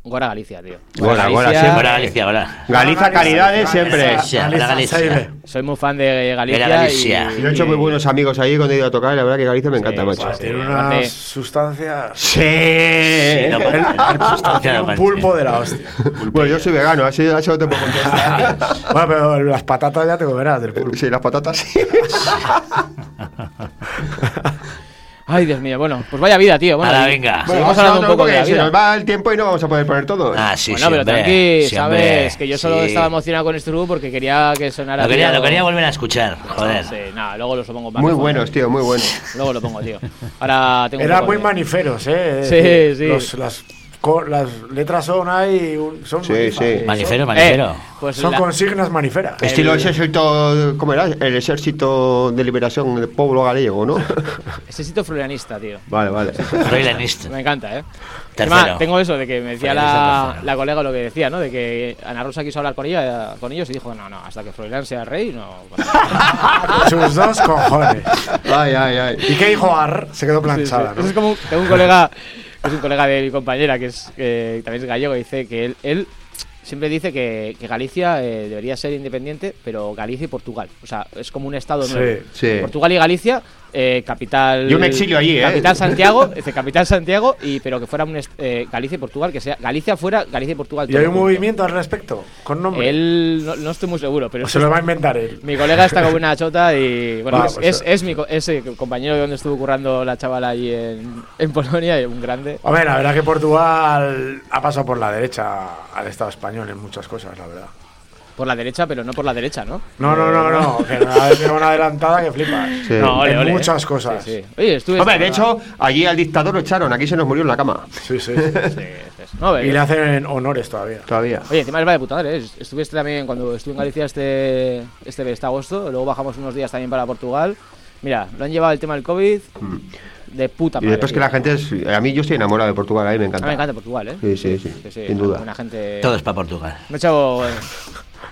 Gora Galicia, tío.
Gora, Gora, siempre.
Ahora, Galicia, ahora.
Galiza Caridades siempre.
Galiza. la Galicia.
Saibe.
Soy muy fan de Galicia.
Gora Galicia.
y-
Yo he hecho muy buenos amigos ahí cuando he ido a tocar. y La verdad que Galicia me encanta,
Sí,
macho.
sí,
Pues Tiene
aparte-
unas sustancias.
Sí.
Sí, no,
El,
Ya lo
tiene ¿Eh? un
parece.
pulpo de la hostia.
Bueno, yo soy vegano, así, así no te puedo contestar.
bueno, pero las patatas ya te comerás del pulpo.
Sí, las patatas sí.
Ay, Dios mío. Bueno, pues vaya vida, tío. Bueno,
Ahora,
y-
venga.
Seguimos hablando un poco de la
porque se
vida.
nos va el tiempo y no vamos a poder poner todo.
Ah, sí,
bueno,
sí,
pero
hombre,
tranqui,
sí, hombre,
¿sabes? Que yo solo
sí.
estaba emocionado con este grupo porque quería que sonara.
Lo quería,
tío.
lo quería volver a escuchar, joder.
Ah, Sí, nada, luego lo pongo más.
Muy
mejor,
buenos,
eh.
tío, muy buenos.
Luego lo pongo, tío. Ahora tengo un
Era
poco
muy
de-
maniferos, ¿eh?
Sí,
Eh,
sí.
los- las, co- las letras son ahí. un- Son,
Sí,
manifa-
sí.
Manifero,
Eh,
manifero.
pues
son
la-
consignas maniferas.
Estilo ejército, ¿cómo era? El ejército de liberación del pueblo gallego, ¿no?
ese este sitio florianista, tío.
vale, vale.
Froilanist.
Me encanta, ¿eh?
Tercero.
Además, tengo eso de que me decía
Froilán es el
la,
tercero.
la colega lo que decía, ¿no? De que Ana Rosa quiso hablar con ella, con ellos y dijo, no, no, hasta que Froilán sea rey, no.
Sus dos cojones.
Ay, ay, ay.
¿Y qué dijo Ar? Se quedó
Sí, sí.
planchada,
Eso es
¿no?
como un- tengo un colega, que es un colega de mi compañera que es que también es gallego, y dice que él, él siempre dice que, que Galicia eh, debería ser independiente, pero Galicia y Portugal, o sea, es como un estado
Sí,
nuevo.
sí.
Portugal y Galicia, eh, capital.
Yo me exilio allí, ¿eh?
Capital Santiago, dice capital Santiago, y pero que fuera un est- eh, Galicia y Portugal, que sea Galicia fuera, Galicia y Portugal.
¿Y
todo
hay un
junto.
movimiento al respecto? Con nombre.
Él no, no estoy muy seguro, pero
Se lo va a inventar él.
mi colega está como una chota y bueno,
Va,
es,
pues,
es,
eh.
es mi co- es el compañero de donde estuvo currando la chavala allí en, en Polonia, y un grande.
A ver, la verdad que Portugal ha pasado por la derecha al Estado español en muchas cosas, la verdad.
Por la derecha, pero no por la derecha, ¿no?
No, no, no, no, que la tiene una adelantada que flipas.
Sí.
No, ole,
en
ole,
muchas
eh.
cosas.
Sí, sí. Oye, estuve.
Hombre, de hecho, allí al dictador lo echaron, aquí se nos murió en la cama.
Sí, sí.
Sí, sí, sí. No, a ver,
Y le hacen honores todavía.
Todavía.
Ah, Oye, encima les va de puta madre, ¿eh? Estuviste también cuando estuve en Galicia este, este, este agosto, luego bajamos unos días también para Portugal. Mira, lo han llevado el tema del COVID de puta
Mm. Y
madre.
después que la
tío.
gente es. A mí yo estoy enamorado de Portugal, a mí me
A mí
encanta.
me encanta Portugal, ¿eh?
Sí, sí, sí, sin duda.
Una gente.
Todo es para Portugal.
Me he echado. eh,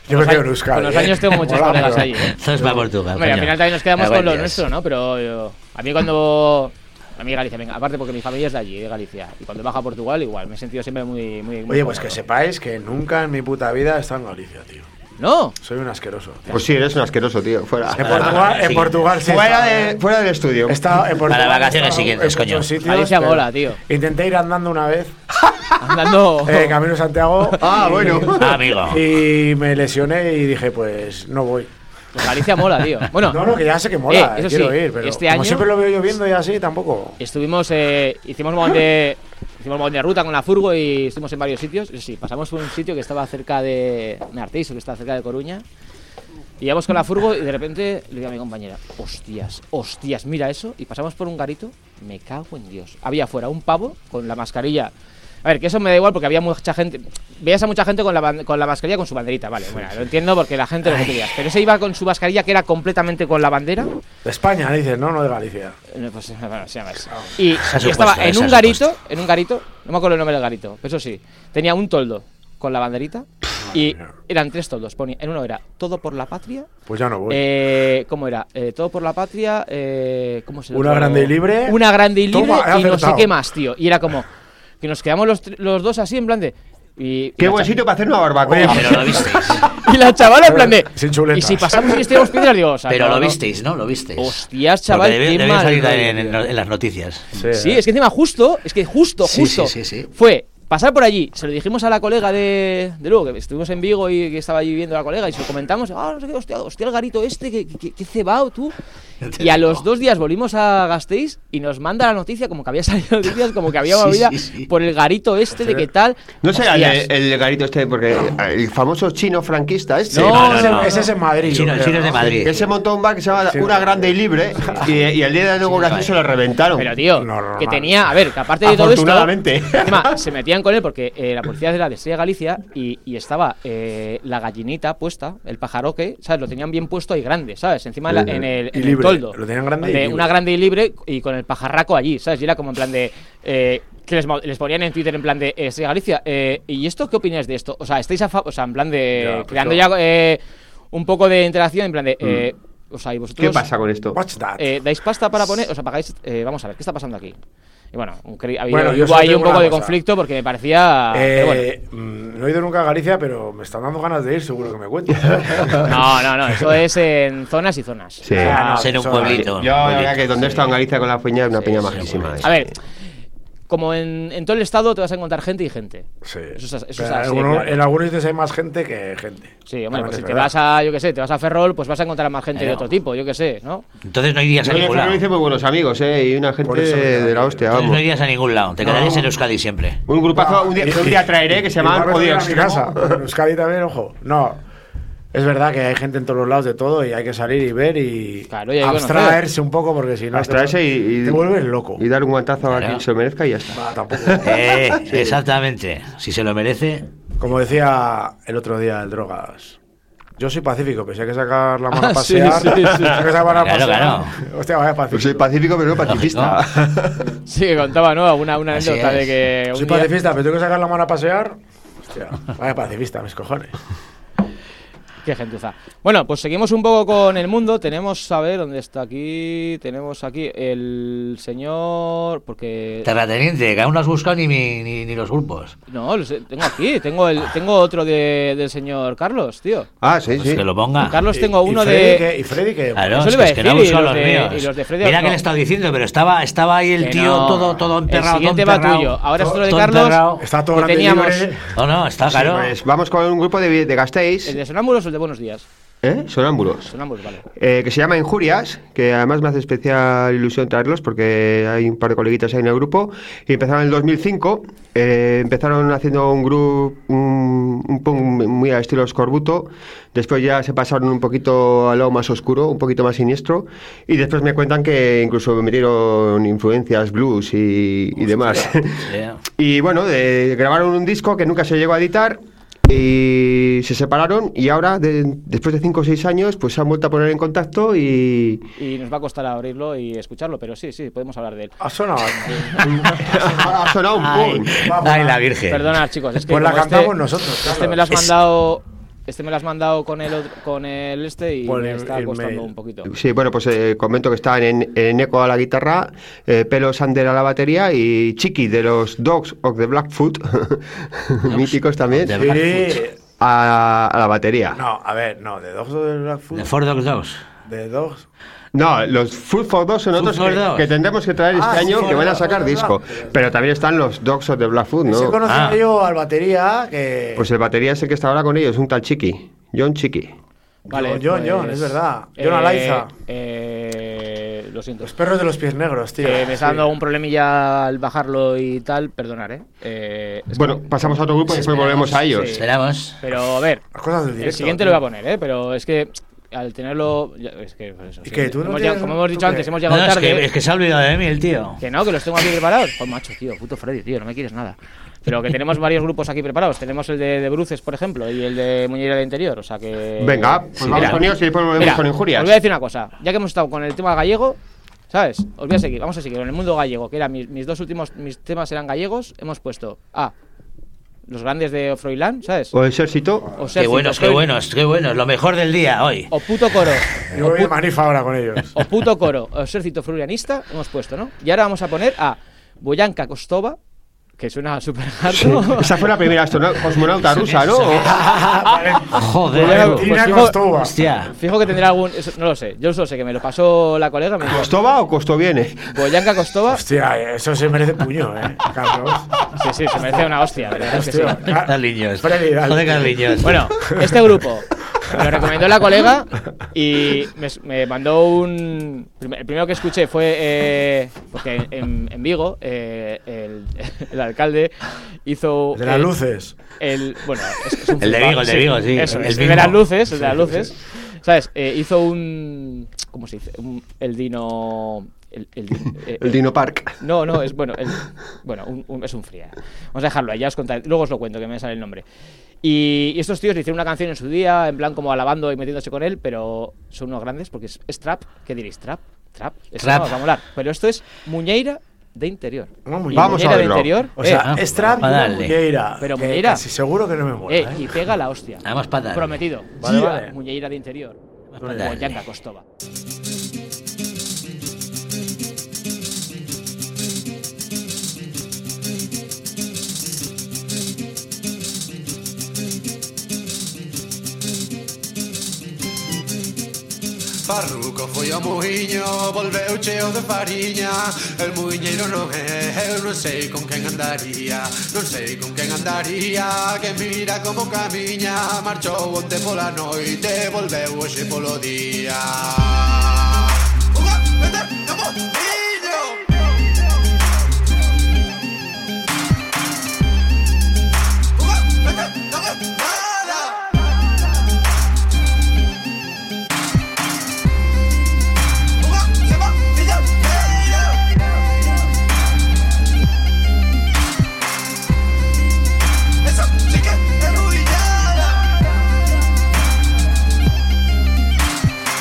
Yo me quedo en Euskadi. ¿eh?
Con los años tengo muchos
Hola,
colegas
pero-
allí, ¿eh?
Todo es para Portugal.
Hombre, al
Ah, coño.
final también nos quedamos
Ah,
con
buen
lo
día.
nuestro, ¿no? Pero yo- a mí cuando... A mí Galicia, venga, aparte porque mi familia es de allí, de Galicia. Y cuando baja a Portugal, igual, me he sentido siempre muy... muy muy
Oye, pues
cómodo.
que sepáis que nunca en mi puta vida he estado en Galicia, tío.
No,
Soy un asqueroso. tío.
Pues sí, eres un asqueroso, tío. Fuera.
En Portugal, en
Sí.
Portugal sí.
Fuera,
he
de,
estado,
fuera del estudio.
he estado- en Portugal he
vacaciones
estado en
siguientes,
muchos
coño.
sitios,
Galicia
pero
mola, tío.
Intenté ir andando una vez,
andando...
eh, camino a Santiago.
Ah,
y-
bueno.
Ah, amigo.
Y me lesioné y dije, pues no voy.
Pues Galicia mola, tío. Bueno,
No, no, que ya sé que mola,
Eh, eso
quiero
sí,
ir, pero
este
como
año-
siempre lo veo lloviendo y así, tampoco.
estuvimos... eh, hicimos un montón de... Hicimos un montón de ruta con la furgo y estuvimos en varios sitios. Eso sí, pasamos por un sitio que estaba cerca de... Nartiso, que está cerca de Coruña. Y íbamos con la furgo y de repente le digo a mi compañera, hostias, hostias, mira eso. Y pasamos por un garito, me cago en Dios. Había afuera un pavo con la mascarilla. A ver, que eso me da igual porque había mucha gente. Veías a mucha gente con la, ban- con la mascarilla con su banderita, vale. Bueno, lo entiendo porque la gente lo que querías. Pero ese iba con su mascarilla que era completamente con la bandera.
De España, dices, no, no de Galicia.
Eh, Pues, bueno, sí, a ver.
Ah,
Y,
has
y estaba
supuesto,
en
esa
un
has
garito, en un garito, no me acuerdo el nombre del garito, pero eso sí, tenía un toldo con la banderita y eran tres toldos. Ponía, en uno era todo por la patria,
Pues ya no voy.
eh, ¿Cómo era? Eh, todo por la patria. Eh, ¿Cómo se
Una grande y libre.
Una grande y libre
Toma, he
y no sé
acertado.
qué más, tío. Y era como que nos quedamos los, tr- los dos así en plan de. Y, y
Qué
la
buen
cha-
sitio para hacer una barbacoa.
Oye,
Pero lo visteis.
Y la chavala en plan de.
Sin chuletas.
Y si pasamos y estiramos piedras, digo, o sea,
Pero
no,
lo
no.
visteis, ¿no? Lo visteis.
Hostias, chaval,
Porque debió,
qué
debió
mal
salir
rollo,
en, en-
tío.
en las noticias.
eh.
Sí, es que encima justo, es que justo,
¿eh? Sí,
justo.
sí, sí, sí.
Fue pasar por allí. Se lo dijimos a la colega de, de Lugo, que estuvimos en Vigo y que estaba allí viendo a la colega, y se lo comentamos. Ah, no sé qué, hostia, hostia, el garito este, que, que, que cebado tú. Y a los dos días volvimos a Gasteiz y nos manda la noticia como que había salido noticias, como que había
Sí,
movida
sí, sí.
por el garito este de qué tal.
No será
Hostias.
el, el garito este, porque el famoso chino franquista este.
No,
no, no,
ese,
no.
ese es en Madrid. yo
Chino, el
creo,
chino es
¿no?
de Madrid.
Ese montó un bar que se llama
Sí.
Una Grande y Libre y, y el día de la inauguración
vale.
se lo reventaron.
Pero tío,
Normal.
que tenía, a ver, que aparte de todo esto,
Afortunadamente.
encima, se metían con él porque eh, la policía era de Estrella Galicia y, y estaba eh, la gallinita puesta, el pajaroque, ¿sabes? Lo tenían bien puesto ahí grande, ¿sabes? Encima en la- en el,
Y
en el
libre,
toldo.
lo tenían grande y
De
libre.
Una grande y libre y con el pajarraco allí, ¿sabes? Y era como en plan de... eh, que les, mo- les ponían en Twitter en plan de eh, Estrella Galicia, eh, ¿y esto qué opináis de esto? O sea, estáis a fa- o sea, en plan de
Ya, pues
creando
no.
ya eh, un poco de interacción en plan de eh,
Mm.
o sea, y vosotros
¿Qué pasa con esto?
Watch that.
eh, ¿Dais pasta para poner? O sea, pagáis. eh, vamos a ver, ¿qué está pasando aquí? Y bueno, un cri- ha habido-
Bueno, yo
hubo
solo
ahí
tengo
un poco
una
de
cosa.
conflicto porque me parecía. Ah, pero bueno.
Eh, mm, No he ido nunca a Galicia, pero me están dando ganas de ir, seguro que me cuento.
Ah, No, no, no, eso es en zonas y zonas.
Sí.
Ah,
Ser un
eso-
pueblito.
Yo, la verdad, que donde he estado en Galicia con la peña es una peña majísima. eh.
A ver, como en, en todo el estado te vas a encontrar gente y gente.
Sí.
Eso es- eso es
Pero en
así,
alguno-
claro.
En algunos sitios hay más gente que gente.
Sí, hombre,
También
pues
es
si te
verdad.
vas a, yo qué sé, te vas a Ferrol, pues vas a encontrar a más gente de
Claro.
otro tipo, yo qué sé, ¿no?
Entonces no irías
Yo
a
en el
ningún
Ferrol
lado.
hice muy buenos amigos, ¿eh? Y una gente
Por eso,
de, de la hostia,
Entonces
vamos.
no irías a ningún lado. Te quedarías en Euskadi siempre.
Un grupazo, un día, un día traeré que se llamaban
Igual me
Jodido
voy a mi casa. pero En Euskadi también, ojo. No. Es verdad que hay gente en todos los lados de todo y hay que salir y ver y
Claro, y hay que
abstraerse un poco porque si no te-
Abstraerse y, y-
te vuelves loco.
Y dar un guantazo a
Claro.
quien se lo merezca y ya está.
Ah, tampoco.
Eh, Exactamente. Si se lo merece.
Como decía el otro día el Drogas, yo soy pacífico, pero si hay que sacar la mano
Ah,
a
sí,
pasear,
sí, sí.
si hay que sacar la mano a
Claro,
pasear,
claro.
hostia, vaya
Pues
pacífico.
soy pacífico, pero no pacifista.
Sí, que contaba, ¿no? Una, una
Así
anécdota de
es.
que. un
Soy
día-
pacifista, pero tengo que sacar la mano a pasear, hostia, vaya pacifista, mis cojones.
Qué gentuza. Bueno, pues seguimos un poco con el mundo. Tenemos, a ver, ¿dónde está aquí? Tenemos aquí el señor. Porque.
Terrateniente, que aún no has buscado ni, mi- ni, ni los grupos.
No, lo sé, tengo aquí, tengo el, tengo otro de, del señor Carlos, tío.
Ah, sí,
Pues
sí.
que lo ponga.
Carlos
Y-
tengo
y
uno
Freddy,
de.
que- ¿Y Freddy qué?
Claro,
Eso
es que,
le
es
iba
que no
a
ha
decir,
buscado
y
los,
los de-
míos.
y los de Freddy
Mira
no.
que le he estado diciendo, pero estaba, estaba ahí el
Que
tío
no.
todo, todo emperrado.
El siguiente
todo
va
emperrado,
tuyo. Ahora es
todo-
otro de
todo
Carlos.
emperrado.
Está todo
Que
grande y
teníamos-
libre.
No, no, está claro. Eh,
Pues vamos con un grupo de, de Gasteiz,
¿El de Sonámbulos o el de Buenos Días?
¿eh? Sonámbulos,
Sonámbulos, vale.
eh, que se llama Injurias, que además me hace especial ilusión traerlos porque hay un par de coleguitas ahí en el grupo. Y empezaron en el 2005, eh, empezaron haciendo un grupo, un, un punk muy al estilo Scorbuto. Después ya se pasaron un poquito al lado más oscuro, un poquito más siniestro. Y después me cuentan que incluso metieron influencias blues y, y demás.
Sí.
Y bueno, de- grabaron un disco que nunca se llegó a editar y se separaron y ahora, de- después de 5 o 6 años, pues se han vuelto a poner en contacto y...
Y nos va a costar abrirlo y escucharlo, pero sí, sí, podemos hablar de él.
Ha sonado.
ha sonado un
Ay,
boom.
ay, la Virgen.
Perdona, chicos, es que.
Pues la
como este-
cantamos nosotros.
Este me lo has
Es-
mandado. Este me lo has mandado con el, otro- con el este y
Por
me
el-
está
el
costando
mail.
un poquito.
Sí, bueno, pues eh, comento que están en, en Eco a la guitarra, eh, Pelo Sander a la batería y Chiqui de los Dogs of the Blackfoot, míticos también,
The Black-
Sí.
a, a la batería. No.
No, a ver, no, de Dogs o de Black Food.
De Ford Dog 2.
De Dogs.
los Food for Dogs son
Food
otros
for
que,
Dogs.
que tendremos que traer este
Ah,
año,
sí,
que van a
verdad,
sacar
verdad.
disco. Pero también están los Dogs of the Blackfoot, ¿no?
Se conoce
Ah.
yo al batería que.
Pues el batería es el que está ahora con ellos, un tal Chiqui, John Chiqui.
Vale, pues,
John, John, John, es verdad. John Alaiza.
eh, lo siento.
Los perros de los pies negros, tío.
Que me está
Sí.
dando un problemilla al bajarlo y tal, perdonar, ¿eh? Eh, es que-
Bueno, pasamos a otro grupo y después volvemos a ellos.
sí.
Esperamos.
pero a ver,
Las cosas del
el
directo.
siguiente
tío.
lo voy a poner, ¿eh? Pero es que al tenerlo. ya- Es que, pues eso,
¿Y qué, tú no
hemos
tienes-
llegado- como hemos
tú
dicho antes,
qué?
hemos
No,
llegado
no, es,
tarde. ¿eh?
que, es que se ha olvidado de mí el tío.
Que no, que los tengo aquí preparados. Pues macho, tío, puto Freddy, tío, no me quieres nada. Pero que tenemos varios grupos aquí preparados. Tenemos el de, de Bruces, por ejemplo, y el de Muñeira de Interior. O sea que.
Venga, pues vamos
Mira,
con ellos y después volvemos
Mira,
con injurias.
Os voy a decir una cosa. Ya que hemos estado con el tema gallego, ¿sabes? Os voy a seguir. Vamos a seguir con el mundo gallego, que eran mis, mis dos últimos mis temas eran gallegos. Hemos puesto a los grandes de Froilán, ¿sabes?
O el Sército.
O
Qué
Sergi,
buenos,
o
qué
Coil-
buenos, qué buenos. Lo mejor del día hoy.
O puto coro.
Eh, Yo voy a manifa ahora con ellos.
O puto coro. O ejército froilanista hemos puesto, ¿no? Y ahora vamos a poner a Boyanka Kostova, Que suena súper harto.
Esa fue la primera astronau- cosmonauta rusa, ¿no?
Ah,
Ah,
Joder.
Pues
Tina
fijo-
Kostova.
Hostia.
Fijo que tendrá algún. eso- no lo sé. Yo solo sé que me lo pasó la colega. Me dijo,
¿Costova o Costoviene?
Boyanka Kostova.
Hostia, eso se merece puño, eh, Carlos.
Sí, sí, se merece una hostia. la verdad es que sí.
Hostia. Ah,
Carliños.
Freddy, dale.
Joder, Carliños.
Bueno, este grupo me lo recomendó la colega y me, me mandó un. prim- El primero que escuché fue. eh, porque en, en Vigo eh, el, el alcalde hizo.
De las
el-
luces.
el- bueno, es, es un
El de
flipado,
Vigo, el de Vigo, sí,
Eso,
el
el,
mismo.
de las luces, el de las luces. ¿Sabes? Eh, hizo un. ¿Cómo se dice? Un- el Dino. El, el din- eh,
El Dino Park.
no, no, es bueno, el- bueno un- un- es un fría. Vamos a dejarlo ahí, ya os contaré, luego os lo cuento, que me sale el nombre. Y, y estos tíos le hicieron una canción en su día, en plan como alabando y metiéndose con él, pero son unos grandes porque es, es trap. ¿Qué diréis? ¿Trap? ¿Trap? Eso
Trap.
no os va a molar. Pero esto es muñeira de interior.
Una
Y
muñeira.
Vamos a
muñeira de
verlo.
interior.
O
eh,
sea,
eh,
es Trump y
ah,
una
dale.
Muñeira.
Pero
que
Muñeira.
casi seguro que no me
eh,
mola,
y
eh.
pega la hostia.
Además, para darle.
Prometido.
Vale,
Yeah.
vale.
Muñeira de interior.
para darle.
Boyanka Kostova.
Farruco foi ao moinho, volveu cheo de fariña El muiñeiro non é, eu non sei con quen andaría Non sei con quen andaría, que mira como camiña Marchou onte pola noite, volveu hoxe polo día Unha, vete, tamo, niño! Unha, vete, tamo, nada! Esa chica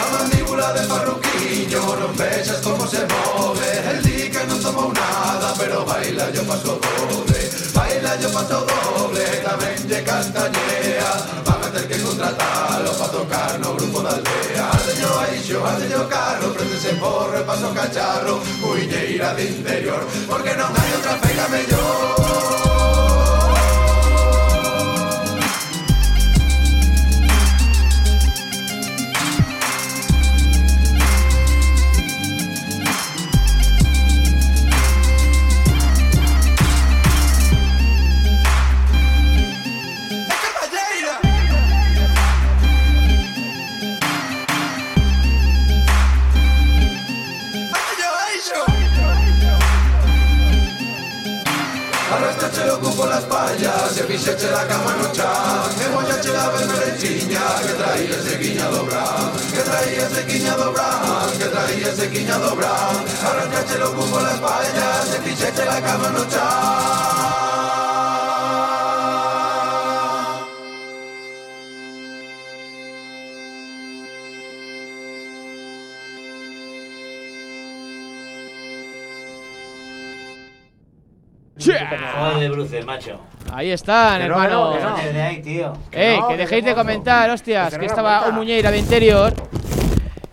A mandíbula de parroquillo, no veas cómo se mueve. El día que no tomó nada, pero baila yo paso doble. Baila yo paso doble, también de castañea. Van a tener que contratarlo para tocarnos grupo de aldea. Señor Aisho, señor Carro, prendese por repaso cacharro. Muñeira de interior, porque no hay otra pega mejor. ¡Es caballera! ¡Ayo, ayo! Arrastrache lo cupo las payas, se piseche la cama no chan, que mollache la berberechiña, que traía ese guiñado bran, que traía ese guiñado bran, que traía ese guiñado bran, arrastrache lo cupo las payas, se piseche la cama no chan.
Joder, Bruce, macho.
Ahí están,
Que no,
hermano.
que no, que
Desde ahí, tío.
¡Ey! Eh,
no,
que
que
dejéis de
no.
comentar, hostias,
Que
que,
cerré la
estaba
puerta.
un muñeira de interior.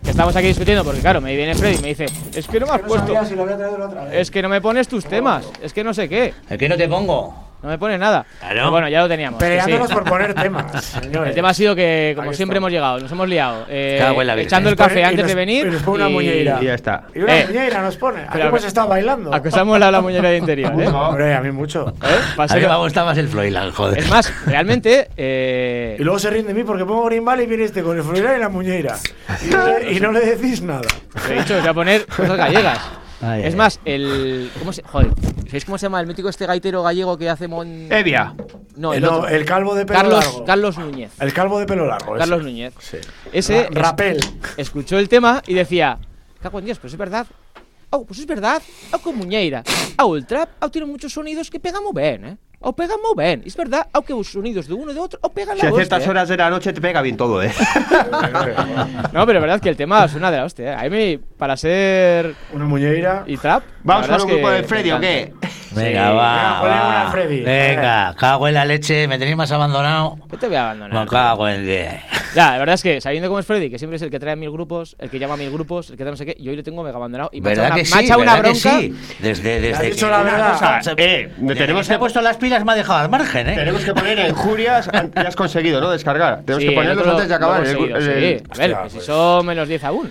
Que estamos aquí discutiendo, porque claro, me viene Freddy y me dice, es que no me has puesto.
lo había traído la otra vez.
Es que no me pones tus temas, es que no sé qué,
¿El que no te pongo?
no me pones nada.
Claro.
Pero bueno, ya lo teníamos. que sí.
Peleándonos por poner temas, señores.
El tema ha sido que, como
Aquí
siempre,
estamos.
hemos llegado, nos hemos liado. eh,
Cago en la Virgen.
echando el
Pone-
café
y
antes
nos-
de venir.
y nos pone una muñeira.
Y ya está.
Y una
Eh.
muñeira nos pone. Aquí
Pero-
hemos estado bailando.
A que os ha molado la muñeira de interior, ¿eh?
Hombre, a mí mucho.
¿Eh? Va a
A mí
ser-
me gusta más el Froilán, joder.
Es más, realmente. eh,
Y luego se ríen de mí porque pongo Green Valley y viene este con el florero y la muñeira. Y no le- Y, no le decís nada.
Lo he dicho, os voy a poner cosas gallegas.
Ay,
es
ay.
más, el. ¿Cómo se.? Joder, ¿sabéis cómo se llama el mítico este gaitero gallego que hace mon.
Evia.
No,
Eh,
el,
no,
otro.
el calvo de pelo
Carlos,
largo.
Carlos Núñez.
el calvo de pelo largo. ese.
Carlos Núñez.
Sí. Ah,
Ese. es-
Ra- Rapel.
escuchó el tema y decía: Cago en Dios, pues es verdad. Oh, pues es verdad. Oh, con muñeira. Oh, el trap. Oh, tiene muchos sonidos que pegan muy bien, ¿eh? Oh, pegan muy bien. Es verdad. Oh, que los sonidos de uno y de otro. Oh, pegan la
Si a
hostia,
ciertas
¿eh?".
horas de la noche te pega bien todo, ¿eh?
No, pero es verdad que el tema suena de la hostia. ¿eh? A mí, para ser.
Una muñeira.
y trap. la
Vamos
verdad
con un
es que
grupo de Freddy,
me
¿o qué?
encanta.
Venga, va.
Venga, ponle
va.
una, Freddy.
Venga, cago en la leche, me tenéis más abandonado.
Yo te voy a abandonar.
Me cago en 10.
Ya, la verdad es que sabiendo cómo es Freddy, que siempre es el que trae mil grupos, el que llama a mil grupos, el que da no sé qué, yo hoy lo tengo mega abandonado y me ha echado
¿Verdad
una,
que sí?
me ha echado una
¿verdad que
bronca.
sí? Desde, desde que-
dicho la
una
verdad.
cosa, se-
Eh, me
desde
tenemos
se ha
que-
puesto las pilas, me ha dejado al margen, ¿eh?
Tenemos que poner injurias antes has conseguido, ¿no? Descargar. Tenemos
Sí,
que ponerlos
nosotros
antes de
lo
acabar.
hemos
el-
seguido,
el-
sí.
el-
A ver,
Hostia,
que si
pues.
son menos 10 aún.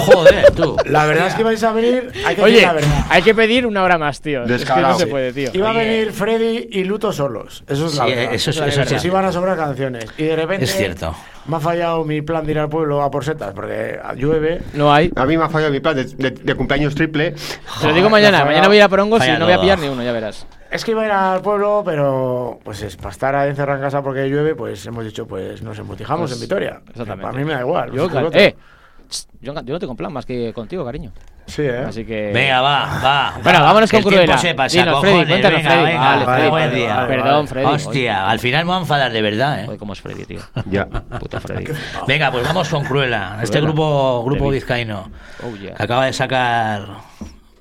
Joder, tú.
La verdad es que vais a venir. Hay que decir
Oye,
la verdad.
hay que pedir una hora más, tío. Es que no
Descarado.
se puede, tío.
Iba a venir Freddy y Luto solos. Eso es la
Sí,
verdad.
eso es-
eso es
Nos
cierto.
iban a sobrar canciones. Y de repente.
Es cierto.
Me ha fallado mi plan de ir al pueblo a por setas porque ah, llueve.
No hay.
A mí me ha fallado mi plan de, de- de cumpleaños triple.
Te lo digo mañana.
la falla-
Mañana voy a ir a por hongos y
falla
no voy a
todo.
pillar ni uno, ya verás.
Es que iba a ir al pueblo, pero pues es, para estar ahí encerrado en casa porque llueve, pues hemos dicho, pues nos embotijamos en Vitoria.
exactamente.
A mí me da igual.
Yo,
uno con
cal-
otro.
eh, tss, yo, yo no tengo plan más que contigo, cariño.
Sí, eh.
Así que.
Venga, va, va.
Bueno,
va.
vámonos
Que
con
el
Cruella.
tiempo se pasa,
Dinos, Freddy,
cojones,
cuéntanos,
venga,
Freddy.
venga,
Vale, Freddy,
buen
vale,
día.
vale, Perdón, Freddy.
Hostia, al final me van a enfadar de verdad, ¿eh?
Joder, cómo es Freddy, tío.
Ya.
Puto Freddy.
Venga, pues vamos con Cruella. Este grupo, grupo vizcaíno
Oh, yeah.
que acaba de sacar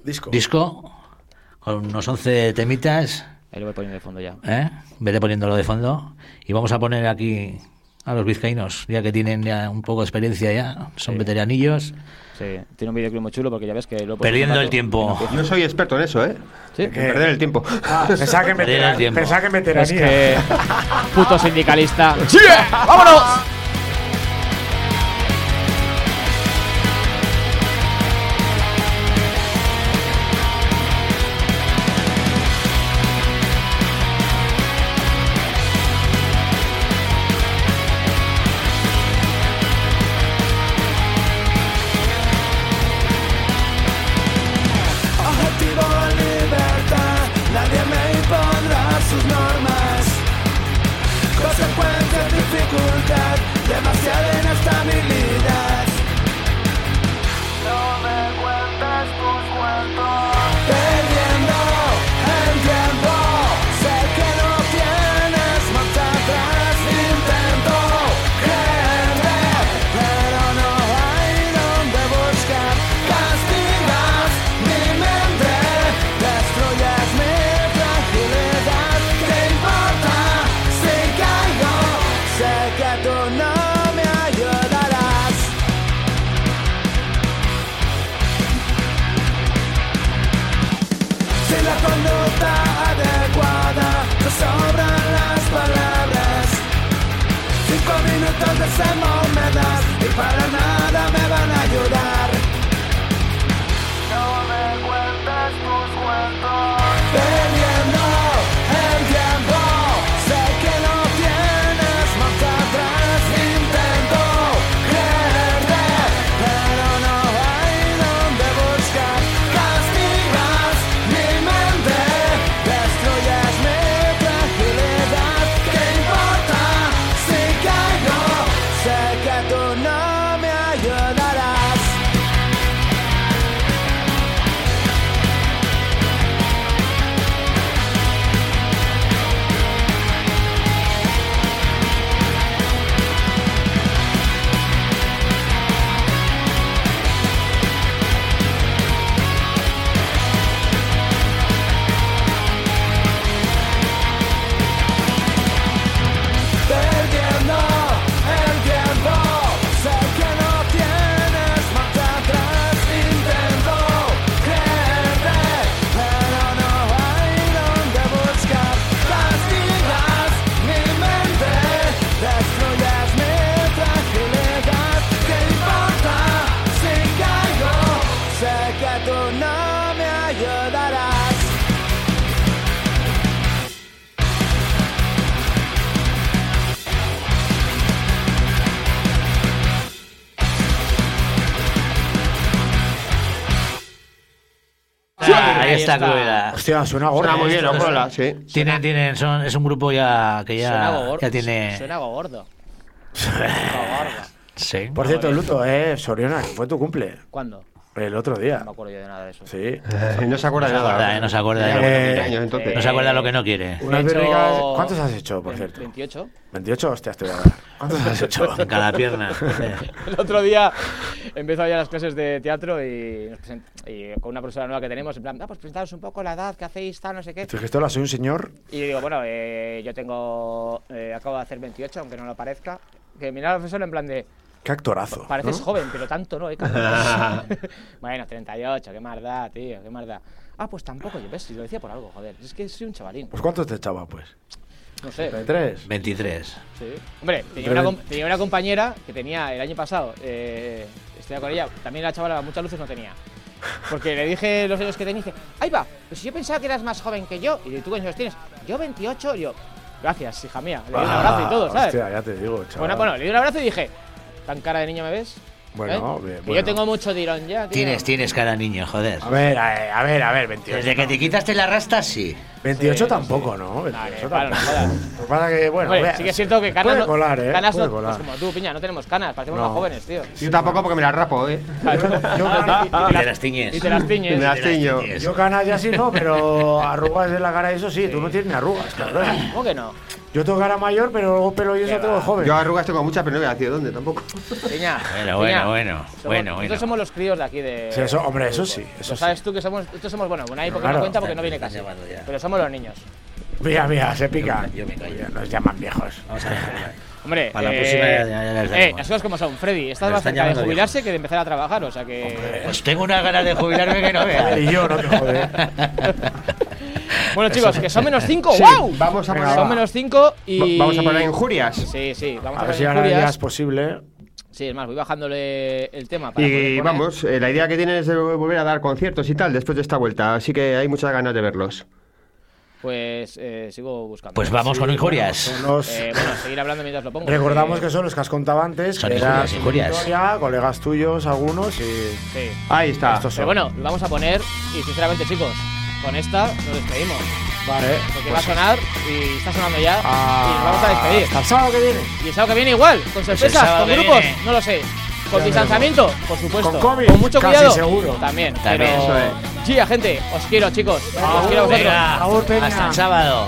Disco.
disco con unos 11 temitas.
Ahí lo voy poniendo de fondo ya.
¿eh? Vete poniéndolo de fondo. Y vamos a poner aquí a los vizcaínos, ya que tienen ya un poco de experiencia ya, son
Sí.
veteranillos,
Sí, tiene un videoclip muy chulo porque ya ves que lo he puesto un
perdiendo
rato.
el tiempo.
Yo soy experto en eso, ¿eh?
Sí.
En perder el tiempo.
Ah, pensaba que
Perder el
veteran-
tiempo.
pensaba que veteranía.
Es que. Puto sindicalista.
Objetivo libertad, nadie me impondrá sus normas. Consecuencia, dificultad, demasiada inestabilidad. No me cuentes tus cuentos. Perdiendo el tiempo, sé que no tienes marcha atrás. Intento creerme, pero no hay donde buscar. Castigas mi mente, destruyes mi fragilidad. ¿Qué importa si caigo? Sé que tú no me ayudarás. Sin la conducta adecuada te sobran las palabras Cinco minutos de sermón me das y para nada me van a ayudar No me cuentes tus cuentos Perdiendo el tiempo Sé que no tienes marcha atrás Intento creerte Pero no hay donde buscar Castigas mi mente Destruyes mi fragilidad ¿Qué importa si caigo? Sé que tú no me ayudarás Perdiendo el tiempo, sé que no tienes marcha atrás. Intento creerte, pero no hay donde buscar. Castigas mi mente, destruyes mi fragilidad. ¿Qué importa si caigo? Sé que tú no me ayudarás.
Ah, ahí está Cruella.
Hostia, suena eh. gorda.
Suena muy bien,
Esto es-
Ocola, sí.
Tienen, tienen, son, es un grupo ya que
Suena
ya,
gordo.
ya tiene.
Suena gordo.
Sí.
Por cierto, Luto, eh, Soriona, que fue tu cumple
¿Cuándo?
el otro
No
día.
me acuerdo yo de nada de eso.
Sí.
Eh, No se acuerda de
No se acuerda,
nada.
eh, no se acuerda.
Ya
eh.
bueno, mil años, entonces.
No se acuerda lo que no quiere.
Unas
He hecho-
birricas- ¿Cuántos has hecho, por
Ve-
cierto?
28.
28, hostia, estoy ahora. ¿Cuántos has hecho?
En cada pierna.
El otro día He empezado ya las clases de teatro y, nos present- y con una profesora nueva que tenemos, en plan, ah, pues presentaros un poco la edad, qué hacéis, tal, no sé qué.
Te dije, esto lo soy un señor.
Y yo digo, bueno, eh, yo tengo, eh, acabo de hacer 28, aunque no lo parezca. Que mira al profesor en plan de,
Qué actorazo.
pareces
¿no?
joven, pero tanto no, eh, cabrón". Bueno, 38, qué maldad, tío, qué maldad. Ah, pues tampoco, yo ves, si lo decía por algo, joder. Es que soy un chavalín,
Pues ¿cuántos te echaba, pues?
no sé.
¿33?
23.
Sí. Hombre, tenía una, com- tenía una compañera que tenía el año pasado, eh, estoy con ella, también la chavala muchas luces no tenía. Porque le dije los años que tenía y dice, ahí va, pues yo pensaba que eras más joven que yo. Y tú qué años tienes, yo 28, y yo, gracias, hija mía. Le di un abrazo y todo, ¿sabes?
Ah, Hostia, ya te digo, chaval.
bueno, bueno, le di un abrazo y dije, ¿tan cara de niño me ves?
Bueno,
¿Eh?
bien,
Que
bueno.
yo tengo mucho tirón ya, tío.
Tienes, tienes cara niño, joder.
A ver, a a ver, a ver, 28.
Desde que te quitaste la rasta, sí.
28
Sí,
tampoco, ¿no?
Vale,
28
vale, no
tampoco.
jodas.
Lo que pasa que, bueno,
Hombre,
vea,
sí que es cierto que canas,
puede
no-
colar, ¿eh?
canas
puede
no-
colar.
pues como tú, piña, no tenemos canas, parecemos
No.
más jóvenes, tío.
Yo tampoco porque me la rapo, ¿eh?
Y te las tiñes.
Y te las
Y
tiñes.
me las tiño.
Yo canas ya sí no, pero arrugas de la cara eso sí, tú no tienes ni arrugas, cabrón.
¿Cómo que no?
Yo tengo cara mayor, pero luego pelo y eso tengo joven.
Yo arrugas tengo muchas, pero no voy a decir dónde tampoco.
Peña,
Bueno, bueno,
Peña,
bueno,
somos-
bueno,
Nosotros
bueno.
somos los críos de aquí de.
Sí, eso- hombre, eso
del
sí,
grupo.
eso
Lo sabes tú que somos. Nosotros somos, bueno, una época
Claro.
no cuenta porque no viene casi.
Llamando ya.
Pero somos los niños.
Mira, mira, se pica.
Yo me callo.
Nos llaman viejos.
Vamos a ver.
Hombre,
Para la
eh,
próxima ya- ya- ya les
eh,
daremos.
nosotros como son, Freddy, estás
Nos
más
están
cerca de
llamando
jubilarse que de empezar a trabajar, o sea que.
Pues tengo una ganas de jubilarme que no
Joder, Y
veas.
yo, no te joder.
Bueno, chicos, que son menos 5,
Sí,
¡wow!
vamos a
Venga,
poner-
Son menos 5 y.
Va- Vamos a poner injurias.
Sí, sí, vamos a,
A ver
poner
si ahora
injurias.
ya es posible.
Sí, es más, voy bajándole el tema para. poder
Y
poner-
vamos, eh, la idea que tienen es de volver a dar conciertos y tal después de esta vuelta, así que hay muchas ganas de verlos.
Pues eh, sigo buscando.
Pues vamos con injurias.
Son los-
Eh, bueno, seguir hablando mientras lo pongo.
pues Recordamos
porque-
que son los que has contado antes.
Son
que era
injurias,
tu
injurias.
historia, colegas tuyos, algunos. Y
Sí.
Ahí está.
estos
Pero
son.
bueno, lo vamos a poner y sinceramente chicos, con esta nos despedimos.
Vale.
Porque
pues-
va a sonar y está sonando ya y nos vamos a
Ah,
despedir.
Hasta el sábado que viene.
Y el sábado que viene igual, con sorpresas,
Pues sábado
con
que
grupos,
viene.
no lo sé. Con distanciamiento, por supuesto.
Con COVID,
mucho
casi
cuidado.
seguro.
También.
También,
pero...
eso
Sí, gente, os quiero chicos.
Ah,
Os quiero a vosotros.
Venga,
Agur, Peña.
hasta el sábado.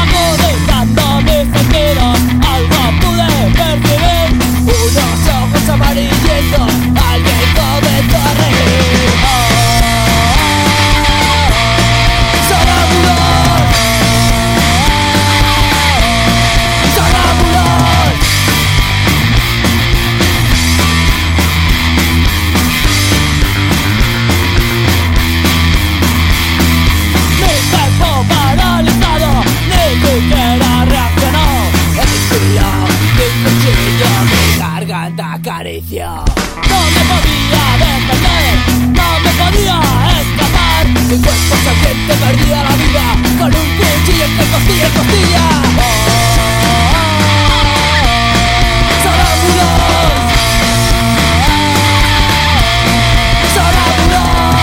Agudizando mis sentidos, algo pude percibir Unos ojos amarillentos, alguien comenzó a reír ¡Sarabulón! ¡Sarabulón! Mi cuerpo paralizado, ni siquiera reaccionó Respiró, mi cuchillo, mi garganta acarició No me podía defender, no me podía escapar Mi cuerpo saliente perdía la vida Con un cuchillo entre costilla y costilla Oh, Sonámbulos. Sonámbulos.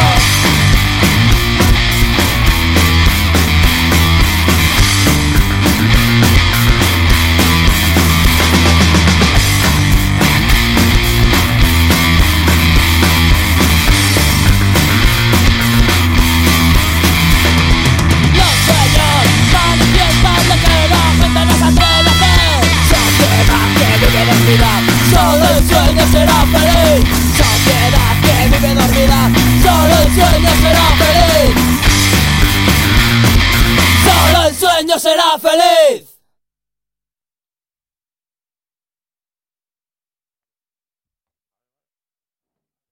Los sueños manifiestan lo que la gente no se atreve a hacer Sociedad que vive dormida, solo el sueño será feliz Sociedad que vive dormida, solo el sueño será feliz Solo el sueño será feliz